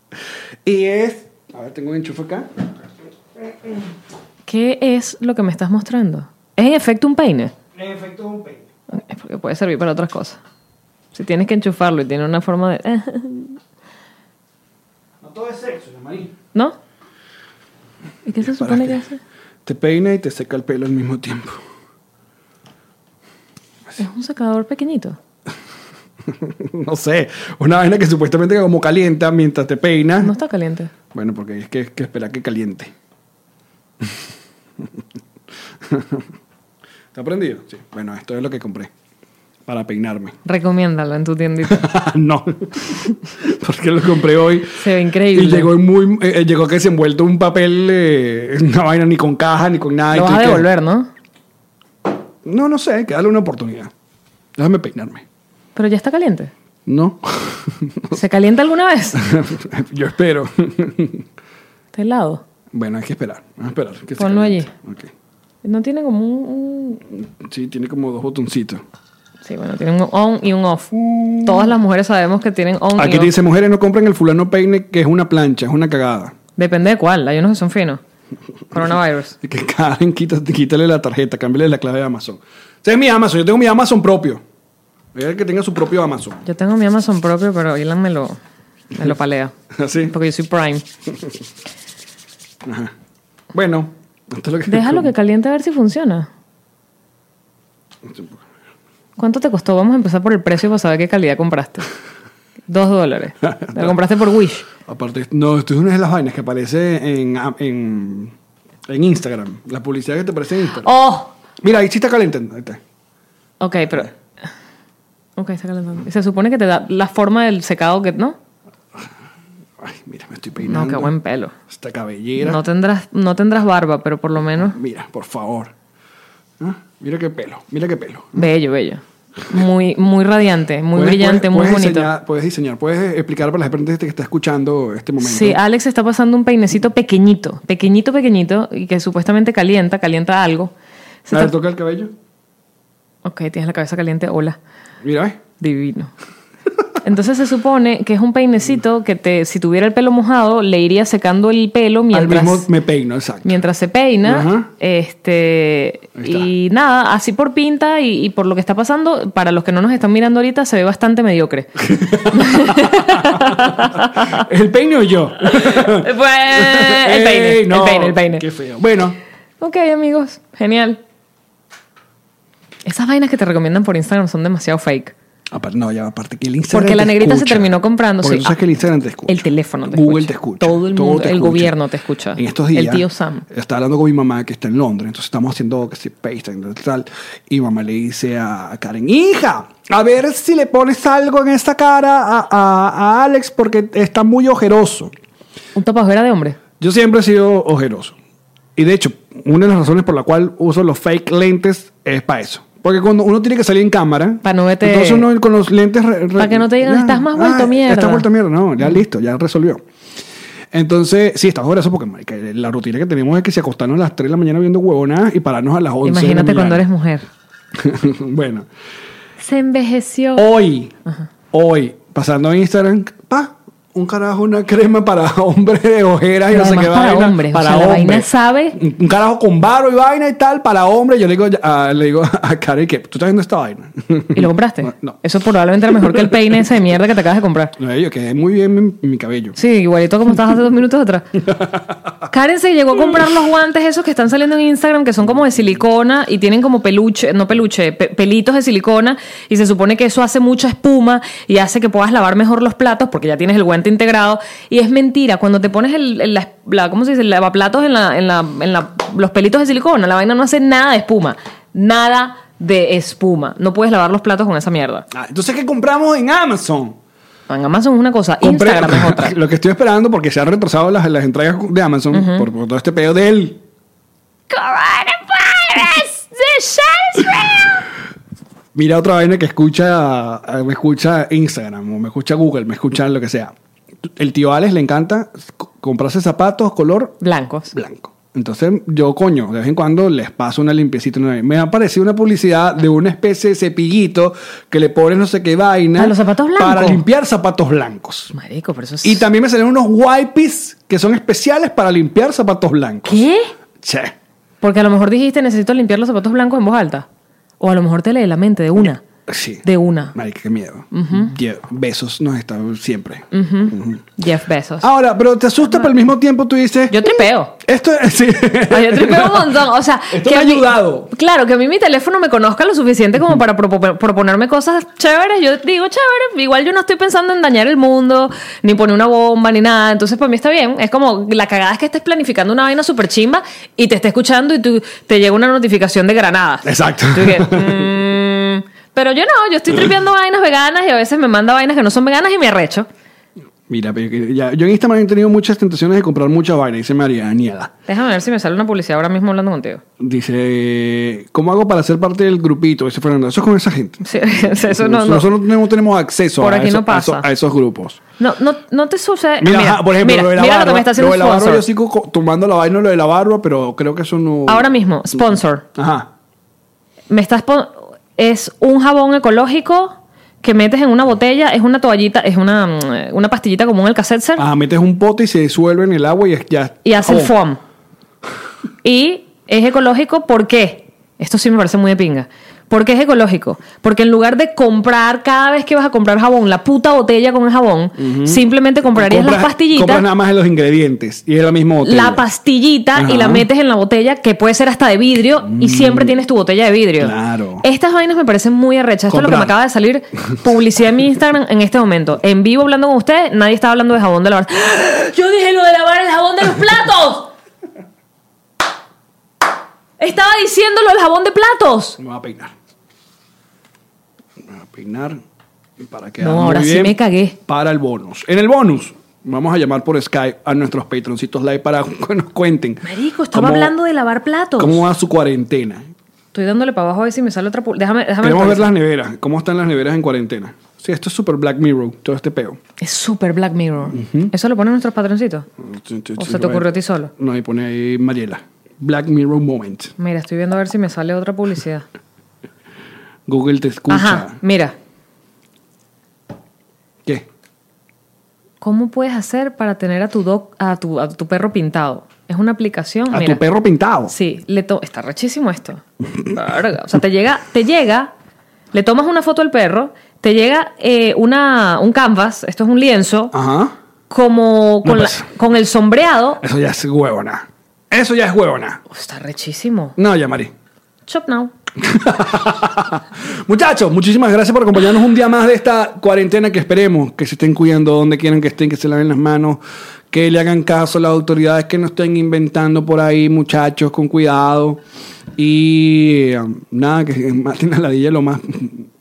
[SPEAKER 2] [LAUGHS] Y es. A ver, tengo un enchufe acá.
[SPEAKER 1] ¿Qué es lo que me estás mostrando? ¿Es en efecto un peine?
[SPEAKER 2] En efecto, es un peine.
[SPEAKER 1] Es Porque puede servir para otras cosas. Si tienes que enchufarlo y tiene una forma de... [LAUGHS]
[SPEAKER 2] No todo es sexo, Jean-Marie.
[SPEAKER 1] ¿No? ¿Y qué se
[SPEAKER 2] para
[SPEAKER 1] supone
[SPEAKER 2] que-
[SPEAKER 1] que hace?
[SPEAKER 2] Te peina y te seca el pelo al mismo tiempo. [LAUGHS]
[SPEAKER 1] Es un secador pequeñito.
[SPEAKER 2] no sé. Una vaina que supuestamente como calienta mientras te peinas.
[SPEAKER 1] No está caliente.
[SPEAKER 2] Bueno, porque es que es que esperar que caliente. [LAUGHS] ¿Te aprendido? Sí. Bueno, esto es lo que compré para peinarme. [LAUGHS]
[SPEAKER 1] Recomiéndalo en tu tiendita. [LAUGHS]
[SPEAKER 2] no, [LAUGHS] porque lo compré hoy.
[SPEAKER 1] Se ve increíble.
[SPEAKER 2] Y llegó en muy, eh, eh, llegó que se envuelto un papel, eh, [LAUGHS] una vaina ni con caja ni con nada.
[SPEAKER 1] Lo vas a
[SPEAKER 2] Estoy que-
[SPEAKER 1] devolver, ¿no?
[SPEAKER 2] No, no sé, hay que darle una oportunidad. Déjame peinarme.
[SPEAKER 1] Pero ya está caliente.
[SPEAKER 2] No, [LAUGHS]
[SPEAKER 1] ¿Se calienta alguna vez?
[SPEAKER 2] yo espero. [LAUGHS]
[SPEAKER 1] Está helado.
[SPEAKER 2] bueno, hay que esperar, hay que esperar. que se
[SPEAKER 1] Ponlo
[SPEAKER 2] caliente. Ok.
[SPEAKER 1] No tiene como un... un-
[SPEAKER 2] Sí, tiene como dos botoncitos.
[SPEAKER 1] Sí, bueno, tiene un on y un off. Todas las mujeres sabemos que tienen on y
[SPEAKER 2] Aquí
[SPEAKER 1] off.
[SPEAKER 2] dice, mujeres no compren el fulano peine que es una plancha, es una cagada.
[SPEAKER 1] Depende de cuál. Hay unos que son finos. Coronavirus.
[SPEAKER 2] Así que Karen, quítate- quítale la tarjeta, cámbiale la clave de Amazon. Ese es mi Amazon, yo tengo mi Amazon propio. Es el que tenga su propio Amazon. [LAUGHS]
[SPEAKER 1] Yo tengo mi Amazon propio, pero Ilan me lo, me lo palea.
[SPEAKER 2] Así.
[SPEAKER 1] Porque yo soy Prime.
[SPEAKER 2] Ajá. Bueno, esto es lo que... [LAUGHS]
[SPEAKER 1] Déjalo que caliente a ver si funciona. ¿Cuánto te costó? Vamos a empezar por el precio para saber qué calidad compraste. Dos dólares. Te Lo compraste por Wish.
[SPEAKER 2] Aparte, no, esto es una de las vainas que aparece en, ah, en, en Instagram. La publicidad que te aparece en Instagram.
[SPEAKER 1] ¡Oh!
[SPEAKER 2] Mira, ahí sí está calentando. Ahí está.
[SPEAKER 1] Ok, pero. Ok, está calentando. Se supone que te da la forma del secado que. ¿No?
[SPEAKER 2] Ay, mira, me estoy peinando.
[SPEAKER 1] No, qué buen pelo.
[SPEAKER 2] Esta cabellera.
[SPEAKER 1] No tendrás, no tendrás barba, pero por lo menos.
[SPEAKER 2] Mira, por favor. Ah, Mira qué pelo, mira qué pelo.
[SPEAKER 1] Bello, bello. Muy, muy radiante, muy
[SPEAKER 2] Puedes-
[SPEAKER 1] brillante,
[SPEAKER 2] puedes-
[SPEAKER 1] muy
[SPEAKER 2] puedes
[SPEAKER 1] bonito.
[SPEAKER 2] diseñar- puedes diseñar, puedes explicar para la gente que está escuchando este momento.
[SPEAKER 1] Sí, ah, Alex está pasando un peinecito pequeñito, pequeñito, pequeñito, y que supuestamente calienta, calienta algo. Se
[SPEAKER 2] A ver,
[SPEAKER 1] está-
[SPEAKER 2] toca el cabello.
[SPEAKER 1] Ok, tienes la cabeza caliente, hola.
[SPEAKER 2] Mira, ¿ves?
[SPEAKER 1] Divino. Entonces se supone que es un peinecito que te, si tuviera el pelo mojado, le iría secando el pelo mientras,
[SPEAKER 2] Al mismo me peino, exacto.
[SPEAKER 1] mientras se peina.
[SPEAKER 2] Ajá.
[SPEAKER 1] Este,
[SPEAKER 2] Ahí está.
[SPEAKER 1] y nada, así por pinta y, y por lo que está pasando, para los que no nos están mirando ahorita, se ve
[SPEAKER 2] [LAUGHS]
[SPEAKER 1] bastante mediocre.
[SPEAKER 2] [LAUGHS]
[SPEAKER 1] Pues,
[SPEAKER 2] ¿El peine o
[SPEAKER 1] [LAUGHS]
[SPEAKER 2] yo?
[SPEAKER 1] Pues,
[SPEAKER 2] Ey,
[SPEAKER 1] el, peine,
[SPEAKER 2] no,
[SPEAKER 1] el peine, el peine.
[SPEAKER 2] Qué feo. Bueno,
[SPEAKER 1] Ok, amigos, genial. Esas vainas que te recomiendan por Instagram son demasiado fake.
[SPEAKER 2] aparte, no, ya, aparte que el Instagram.
[SPEAKER 1] Porque la
[SPEAKER 2] te
[SPEAKER 1] negrita se
[SPEAKER 2] escucha.
[SPEAKER 1] terminó comprando,
[SPEAKER 2] Porque
[SPEAKER 1] sí.
[SPEAKER 2] tú sabes que el Instagram te escucha.
[SPEAKER 1] El teléfono te
[SPEAKER 2] Google
[SPEAKER 1] escucha.
[SPEAKER 2] te escucha.
[SPEAKER 1] Todo el mundo-
[SPEAKER 2] te
[SPEAKER 1] el
[SPEAKER 2] escucha.
[SPEAKER 1] gobierno te escucha.
[SPEAKER 2] En estos días.
[SPEAKER 1] El tío Sam.
[SPEAKER 2] Estaba hablando con mi mamá que está en Londres, entonces estamos haciendo que si FaceTime tal. Y mamá le dice a Karen, hija, a ver si le pones algo en esta cara a, a- a Alex porque está muy ojeroso.
[SPEAKER 1] Un tapajera de hombre.
[SPEAKER 2] Yo siempre he sido ojeroso. Y de hecho, una de las razones por la cual uso los fake lentes es para eso. Porque cuando uno tiene que salir en cámara.
[SPEAKER 1] Pa' no verte-
[SPEAKER 2] Entonces uno con los lentes. "Ah,
[SPEAKER 1] Pa' que no te digan, "Estás más vuelto mierda".
[SPEAKER 2] Estás vuelto mierda. No, ya listo, ya resolvió. Entonces, sí, estás ojeroso porque marica, la rutina que tenemos es que se acostarnos a las 3 de la mañana viendo huevonadas y pararnos a las 11. de
[SPEAKER 1] Imagínate
[SPEAKER 2] la
[SPEAKER 1] cuando eres
[SPEAKER 2] mañana.
[SPEAKER 1] mujer.
[SPEAKER 2] [LAUGHS] bueno,
[SPEAKER 1] Se envejeció.
[SPEAKER 2] hoy, hoy, pasando a Instagram, pa, un carajo, una crema para [LAUGHS] hombres de ojeras y
[SPEAKER 1] Pero
[SPEAKER 2] no sé
[SPEAKER 1] además
[SPEAKER 2] qué
[SPEAKER 1] para
[SPEAKER 2] vaina,
[SPEAKER 1] hombres, o sea, la vaina sabe.
[SPEAKER 2] Un un carajo con varo y vaina y tal, para hombres. Yo le digo, a- le digo [LAUGHS] a Karen que tú estás viendo esta vaina. [LAUGHS]
[SPEAKER 1] ¿Y lo compraste?
[SPEAKER 2] No.
[SPEAKER 1] Eso probablemente era mejor que el peine ese de mierda que te acabas de comprar.
[SPEAKER 2] No, yo quedé muy bien mi, mi cabello.
[SPEAKER 1] Sí, igualito como estabas hace dos
[SPEAKER 2] [LAUGHS]
[SPEAKER 1] minutos atrás. Karen se llegó a comprar los guantes esos que están saliendo en Instagram, que son como de silicona y tienen como peluche, no peluche, pe- pelitos de silicona. Y se supone que eso hace mucha espuma y hace que puedas lavar mejor los platos porque ya tienes el guante integrado. Y es mentira, cuando te pones el, el- la, la- ¿cómo se dice? El lavaplatos en, la, en, la, en la- los pelitos de silicona, la vaina no hace nada de espuma. Nada de espuma. No puedes lavar los platos con esa mierda.
[SPEAKER 2] Ah, entonces, ¿qué compramos en Amazon?
[SPEAKER 1] En Amazon es una cosa,
[SPEAKER 2] Compré-
[SPEAKER 1] Instagram es
[SPEAKER 2] [LAUGHS]
[SPEAKER 1] otra.
[SPEAKER 2] lo que estoy esperando porque se han retrasado las, las entregas de Amazon por, por todo este pedo del
[SPEAKER 3] Coronavirus! The shot is real!
[SPEAKER 2] mira otra vaina que escucha, eh, me escucha Instagram, o me escucha Google, me escucha lo que sea. El tío Alex le encanta co- comprarse zapatos color
[SPEAKER 1] Blancos.
[SPEAKER 2] blanco. Entonces, yo, coño, de vez en cuando les paso una limpiecita. una- Me ha aparecido una publicidad de una especie de cepillito que le pones no sé qué vaina.
[SPEAKER 1] ¿A los zapatos blancos?
[SPEAKER 2] Para limpiar zapatos blancos.
[SPEAKER 1] Marico, pero eso es...
[SPEAKER 2] Y también me salieron unos wipes que son especiales para limpiar zapatos blancos.
[SPEAKER 1] ¿Qué?
[SPEAKER 2] Che.
[SPEAKER 1] Porque a lo mejor dijiste, necesito limpiar los zapatos blancos en voz alta. O a lo mejor te lee la mente de una.
[SPEAKER 2] Sí.
[SPEAKER 1] De una.
[SPEAKER 2] Marica, qué miedo. Die- Besos nos están siempre.
[SPEAKER 1] Jeff Bezos.
[SPEAKER 2] Ahora, pero te asusta, pero al mismo tiempo tú dices.
[SPEAKER 1] Yo tripeo.
[SPEAKER 2] Esto es. Sí.
[SPEAKER 1] Ay, yo tripeo un montón. O sea,
[SPEAKER 2] Esto me
[SPEAKER 1] a
[SPEAKER 2] ha
[SPEAKER 1] mí-
[SPEAKER 2] ayudado.
[SPEAKER 1] claro, que a mí mi teléfono me conozca lo suficiente como para propo- proponerme cosas chéveres. Yo digo chévere, igual yo no estoy pensando en dañar el mundo, ni poner una bomba, ni nada. Entonces, para mí está bien. Es como la cagada es que estés planificando una vaina súper chimba y te está escuchando y tú, te llega una notificación de Granada.
[SPEAKER 2] Exacto. [LAUGHS]
[SPEAKER 1] Tú que, mm, pero yo no, yo estoy tripeando vainas veganas y a veces me manda vainas que no son veganas y me arrecho.
[SPEAKER 2] Mira, pero que ya- yo en Instagram he tenido muchas tentaciones de comprar mucha vaina, dice María Daniela.
[SPEAKER 1] Déjame ver si me sale una publicidad ahora mismo hablando contigo.
[SPEAKER 2] Dice, ¿cómo hago para ser parte del grupito? Dice Fernando, eso es con esa gente.
[SPEAKER 1] Sí, [LAUGHS] eso no, no,
[SPEAKER 2] Nosotros no tenemos acceso
[SPEAKER 1] Por
[SPEAKER 2] a,
[SPEAKER 1] aquí
[SPEAKER 2] eso-
[SPEAKER 1] no pasa.
[SPEAKER 2] a eso- a esos grupos.
[SPEAKER 1] No, no, no te sucede.
[SPEAKER 2] Mira, ajá, por ejemplo,
[SPEAKER 1] mira,
[SPEAKER 2] lo de la
[SPEAKER 1] mira
[SPEAKER 2] barba.
[SPEAKER 1] que me está haciendo
[SPEAKER 2] lo de la barba,
[SPEAKER 1] sponsor.
[SPEAKER 2] yo sigo co- tomando la vaina lo de la barba, pero creo que eso no.
[SPEAKER 1] Ahora mismo, sponsor.
[SPEAKER 2] Ajá.
[SPEAKER 1] Me estás pon- es un jabón ecológico que metes en una botella, es una toallita, es una, mm, una pastillita como un Alka-Seltzer
[SPEAKER 2] Ajá, metes un pote y se disuelve en el agua y es- ya. Oh.
[SPEAKER 1] y hace el
[SPEAKER 2] jabón.
[SPEAKER 1] foam. Y es ecológico, ¿por qué? Esto sí me parece muy de pinga. ¿Por qué es ecológico? Porque en lugar de comprar cada vez que vas a comprar jabón, la puta botella con el jabón, simplemente comprarías
[SPEAKER 2] Compras-
[SPEAKER 1] las pastillitas.
[SPEAKER 2] Compras nada más de los ingredientes y es la misma botella.
[SPEAKER 1] la pastillita
[SPEAKER 2] Ajá. Mm.
[SPEAKER 1] y la metes en la botella, que puede ser hasta de vidrio, y siempre tienes tu botella de vidrio.
[SPEAKER 2] Claro.
[SPEAKER 1] Estas vainas me parecen muy arrechas. Esto es lo que me
[SPEAKER 2] Comprar.
[SPEAKER 1] acaba de
[SPEAKER 2] [LAUGHS]
[SPEAKER 1] salir publicidad en mi Instagram en este momento. En vivo hablando con ustedes, nadie estaba hablando de jabón de lavar. ¡Ah! ¡Yo dije lo de lavar el jabón de los platos! Estaba diciéndolo el jabón de platos.
[SPEAKER 2] Me voy a peinar. Me voy a peinar para que
[SPEAKER 1] No,
[SPEAKER 2] muy
[SPEAKER 1] ahora sí
[SPEAKER 2] bien
[SPEAKER 1] me cagué.
[SPEAKER 2] Para el bonus. En el bonus vamos a llamar por Skype a nuestros patroncitos live para [LAUGHS] que nos cuenten.
[SPEAKER 1] Marico, estaba
[SPEAKER 2] cómo-
[SPEAKER 1] hablando de lavar platos.
[SPEAKER 2] cómo va su cuarentena.
[SPEAKER 1] Estoy dándole para abajo a ver si me sale otra. pu- Déjame, déjame.
[SPEAKER 2] Queremos ver las neveras. ¿Cómo están las neveras en cuarentena? Sí, esto es super Black Mirror, todo este peo.
[SPEAKER 1] Es súper Black Mirror. ¿Eso lo ponen nuestros patroncitos? ¿O se te ocurrió a ti solo?
[SPEAKER 2] No, ahí pone ahí Mariela. Black Mirror Moment.
[SPEAKER 1] Mira, estoy viendo a ver si me sale otra publicidad.
[SPEAKER 2] Google te escucha.
[SPEAKER 1] Ajá, mira.
[SPEAKER 2] ¿Qué?
[SPEAKER 1] ¿Cómo puedes hacer para tener a tu, doc- a tu, a tu perro pintado? Es una aplicación.
[SPEAKER 2] A
[SPEAKER 1] mira.
[SPEAKER 2] tu perro pintado.
[SPEAKER 1] Sí, le to- está rechísimo esto. Verga. O sea, te llega, te llega, le tomas una foto al perro, te llega eh, una, un canvas, esto es un lienzo,
[SPEAKER 2] Ajá.
[SPEAKER 1] como con,
[SPEAKER 2] Ah. No,
[SPEAKER 1] la-
[SPEAKER 2] pues.
[SPEAKER 1] con el sombreado.
[SPEAKER 2] Eso ya es huevona. Eso ya es huevona.
[SPEAKER 1] Oh, está rechísimo.
[SPEAKER 2] No, ya, Mari.
[SPEAKER 1] Chop now.
[SPEAKER 2] [LAUGHS] Muchachos, muchísimas gracias por acompañarnos un día más de esta cuarentena que esperemos que se estén cuidando donde quieran que estén, que se laven las manos, que le hagan caso a las autoridades que no estén inventando por ahí, muchachos, con cuidado. Y eh, nada, que [LAUGHS] maten a la DJ lo más.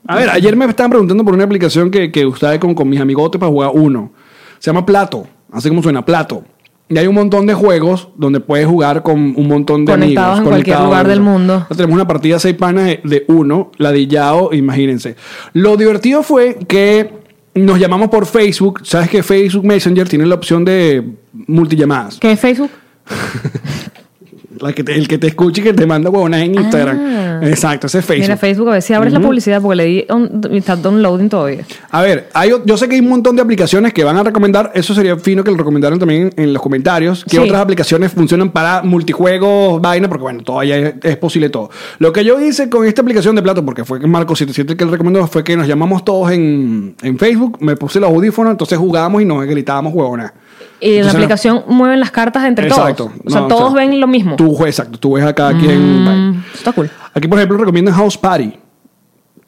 [SPEAKER 2] A ver, ayer me estaban preguntando por una aplicación que, que usaba con, con mis amigotes para jugar uno. Se llama Plato, así como suena, Plato. Y hay un montón de juegos donde puedes jugar con un montón de amigos.
[SPEAKER 1] Conectados en cualquier lugar del mundo.
[SPEAKER 2] Entonces, tenemos una partida de seis panas de- de uno, la de Yao, imagínense. Lo divertido fue que nos llamamos por Facebook. Sabes que Facebook Messenger tiene la opción de multillamadas.
[SPEAKER 1] ¿Qué es Facebook?
[SPEAKER 2] La que te- el que te escuche y que te manda huevonas en Instagram. Exacto, ese es Facebook.
[SPEAKER 1] Ah. Mira, Facebook, a ver si abres la publicidad porque le di, on- está downloading todavía.
[SPEAKER 2] A ver, hay o- yo sé que hay un montón de aplicaciones que van a recomendar. Eso sería fino que lo recomendaron también en los comentarios. ¿Qué
[SPEAKER 1] Sí.
[SPEAKER 2] otras aplicaciones funcionan para multijuegos, vaina? Porque bueno, todavía es, es posible todo. Lo que yo hice con esta aplicación de plato, porque fue que Marco77 el que lo recomendó, fue que nos llamamos todos en, en Facebook, me puse los audífonos, entonces jugábamos y nos gritábamos huevonas.
[SPEAKER 1] Y en la
[SPEAKER 2] Entonces,
[SPEAKER 1] aplicación mueven las cartas entre
[SPEAKER 2] Exacto.
[SPEAKER 1] todos. O sea,
[SPEAKER 2] No,
[SPEAKER 1] todos
[SPEAKER 2] sea,
[SPEAKER 1] ven lo mismo.
[SPEAKER 2] Tú, exacto, tú ves a cada quien. vaina.
[SPEAKER 1] Mm, Está cool.
[SPEAKER 2] Aquí, por ejemplo, recomiendan House Party.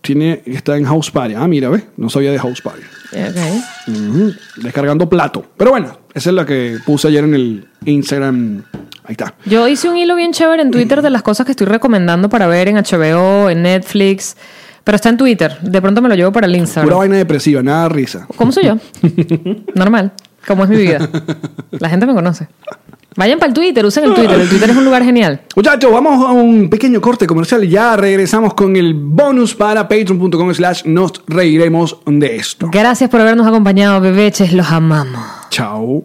[SPEAKER 2] Tiene, está en House Party. Ah, mira, ve, no sabía de House Party.
[SPEAKER 1] Ok.
[SPEAKER 2] Ujú, Descargando plato. Pero bueno, esa es la que puse ayer en el Instagram. Ahí está.
[SPEAKER 1] Yo hice un hilo bien chévere en Twitter de las cosas que estoy recomendando para ver en HBO, en Netflix, pero está en Twitter. De pronto me lo llevo para el
[SPEAKER 2] Pura [LAUGHS]
[SPEAKER 1] Instagram.
[SPEAKER 2] vaina depresiva, nada de risa.
[SPEAKER 1] ¿Cómo soy yo? Normal. como es mi vida. La gente me conoce. Vayan para el Twitter, usen el Twitter. El Twitter es un lugar genial.
[SPEAKER 2] Muchachos, vamos a un pequeño corte comercial y ya regresamos con el bonus para patreon.com slash nos reiremos de esto.
[SPEAKER 1] Gracias por habernos acompañado, bebeches. Los amamos.
[SPEAKER 2] Chao.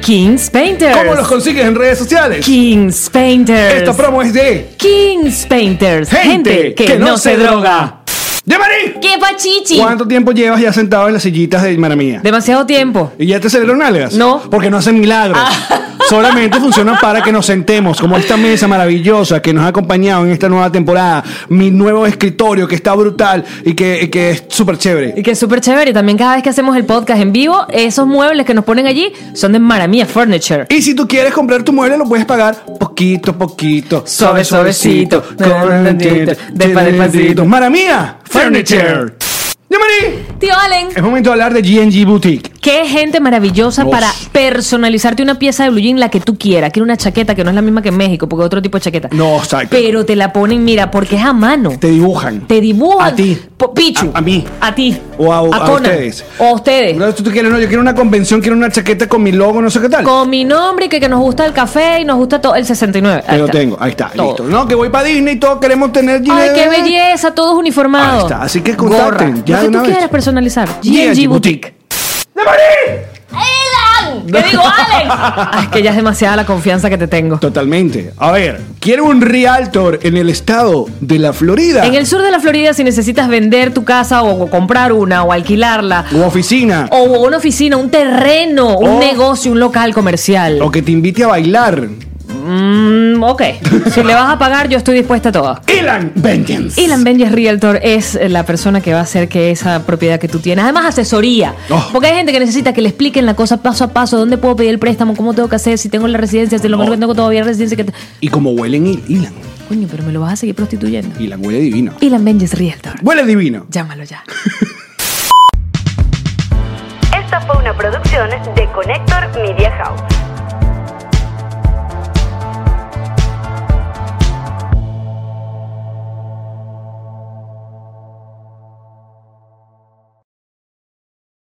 [SPEAKER 1] Kings Painters.
[SPEAKER 2] ¿Cómo los consigues en redes sociales?
[SPEAKER 1] Kings Painters.
[SPEAKER 2] Esta promo es de
[SPEAKER 1] Kings Painters. Gente, que, no se droga.
[SPEAKER 2] ¡Yamari!
[SPEAKER 1] ¡Qué pachichi!
[SPEAKER 2] ¿Cuánto tiempo llevas ya sentado en las sillitas de Mara Mía?
[SPEAKER 1] Demasiado tiempo.
[SPEAKER 2] ¿Y ya te salieron algas?
[SPEAKER 1] No. Ah.
[SPEAKER 2] Porque no hacen milagros. [LAUGHS] Solamente funcionan para que nos sentemos, como esta mesa maravillosa que nos ha acompañado en esta nueva temporada. Mi nuevo escritorio que está brutal y que, y que es súper
[SPEAKER 1] Y
[SPEAKER 2] chévere.
[SPEAKER 1] que es súper chévere. Y también cada vez que hacemos el podcast en vivo, esos muebles que nos ponen allí son de Maramia Furniture.
[SPEAKER 2] Y si tú quieres comprar tu mueble, lo puedes pagar poquito a poquito.
[SPEAKER 1] Suave, suavecito, despacito, despacito.
[SPEAKER 2] Mara Mía, Furniture.
[SPEAKER 1] Furniture.
[SPEAKER 2] Yamari,
[SPEAKER 1] Tío Allen,
[SPEAKER 2] es momento de hablar de GNG Boutique.
[SPEAKER 1] qué gente maravillosa
[SPEAKER 2] Dios.
[SPEAKER 1] para personalizarte una pieza de blue jean la que tú quieras. Quiero una chaqueta que no es la misma que en México, porque es otro tipo de chaqueta.
[SPEAKER 2] No, exacto.
[SPEAKER 1] Pero te la ponen, mira, porque es a mano.
[SPEAKER 2] Te dibujan.
[SPEAKER 1] Te dibujan.
[SPEAKER 2] A ti.
[SPEAKER 1] Po- Pichu.
[SPEAKER 2] A- a mí.
[SPEAKER 1] A ti.
[SPEAKER 2] O a- a
[SPEAKER 1] Conan.
[SPEAKER 2] ustedes.
[SPEAKER 1] O a ustedes.
[SPEAKER 2] No, tú, tú quieres, no, yo quiero una convención, quiero una chaqueta con mi logo, no sé qué tal.
[SPEAKER 1] Con mi nombre y que, que nos gusta el café y nos gusta todo el 69. Ahí
[SPEAKER 2] Ahí lo
[SPEAKER 1] está.
[SPEAKER 2] tengo, ahí está,
[SPEAKER 1] Todo.
[SPEAKER 2] listo. No, que voy para Disney y todos queremos tener
[SPEAKER 1] Ay,
[SPEAKER 2] dinero.
[SPEAKER 1] qué belleza, todos uniformados.
[SPEAKER 2] Ahí está, así que
[SPEAKER 1] Gorra.
[SPEAKER 2] contacten, ya de
[SPEAKER 1] Lo que
[SPEAKER 2] una
[SPEAKER 1] tú
[SPEAKER 2] vez.
[SPEAKER 1] quieras personalizar.
[SPEAKER 2] G&G
[SPEAKER 1] GNG Boutique.
[SPEAKER 3] Elan!
[SPEAKER 1] [LAUGHS] ¿Qué
[SPEAKER 2] [LAUGHS]
[SPEAKER 1] digo, Alex? Ay, es que ya es demasiada la confianza que te tengo.
[SPEAKER 2] Totalmente. A ver, quiero un realtor en el estado de la Florida.
[SPEAKER 1] En el sur de la Florida, si necesitas vender tu casa o, o comprar una o alquilarla
[SPEAKER 2] O oficina.
[SPEAKER 1] o una oficina, un terreno,
[SPEAKER 2] O-
[SPEAKER 1] un negocio, un local comercial.
[SPEAKER 2] O que te invite a bailar. [LAUGHS]
[SPEAKER 1] Mm, ok. si le vas a pagar, yo estoy dispuesta a todo.
[SPEAKER 2] Elan Vengeance.
[SPEAKER 1] Elan Benjes Realtor es la persona que va a hacer que esa propiedad que tú tienes, además asesoría,
[SPEAKER 2] Oh.
[SPEAKER 1] porque hay gente que necesita que le expliquen la cosa paso a paso, dónde puedo pedir el préstamo, cómo tengo que hacer, si tengo la residencia, si lo mejor
[SPEAKER 2] Oh.
[SPEAKER 1] que tengo todavía es residencia que...
[SPEAKER 2] Y como huelen Elan.
[SPEAKER 1] Coño, pero me lo vas a seguir prostituyendo.
[SPEAKER 2] Elan huele divino.
[SPEAKER 1] Elan Benjes Realtor.
[SPEAKER 2] Huele divino.
[SPEAKER 1] Llámalo ya.
[SPEAKER 4] Esta fue una producción de Connector Media House.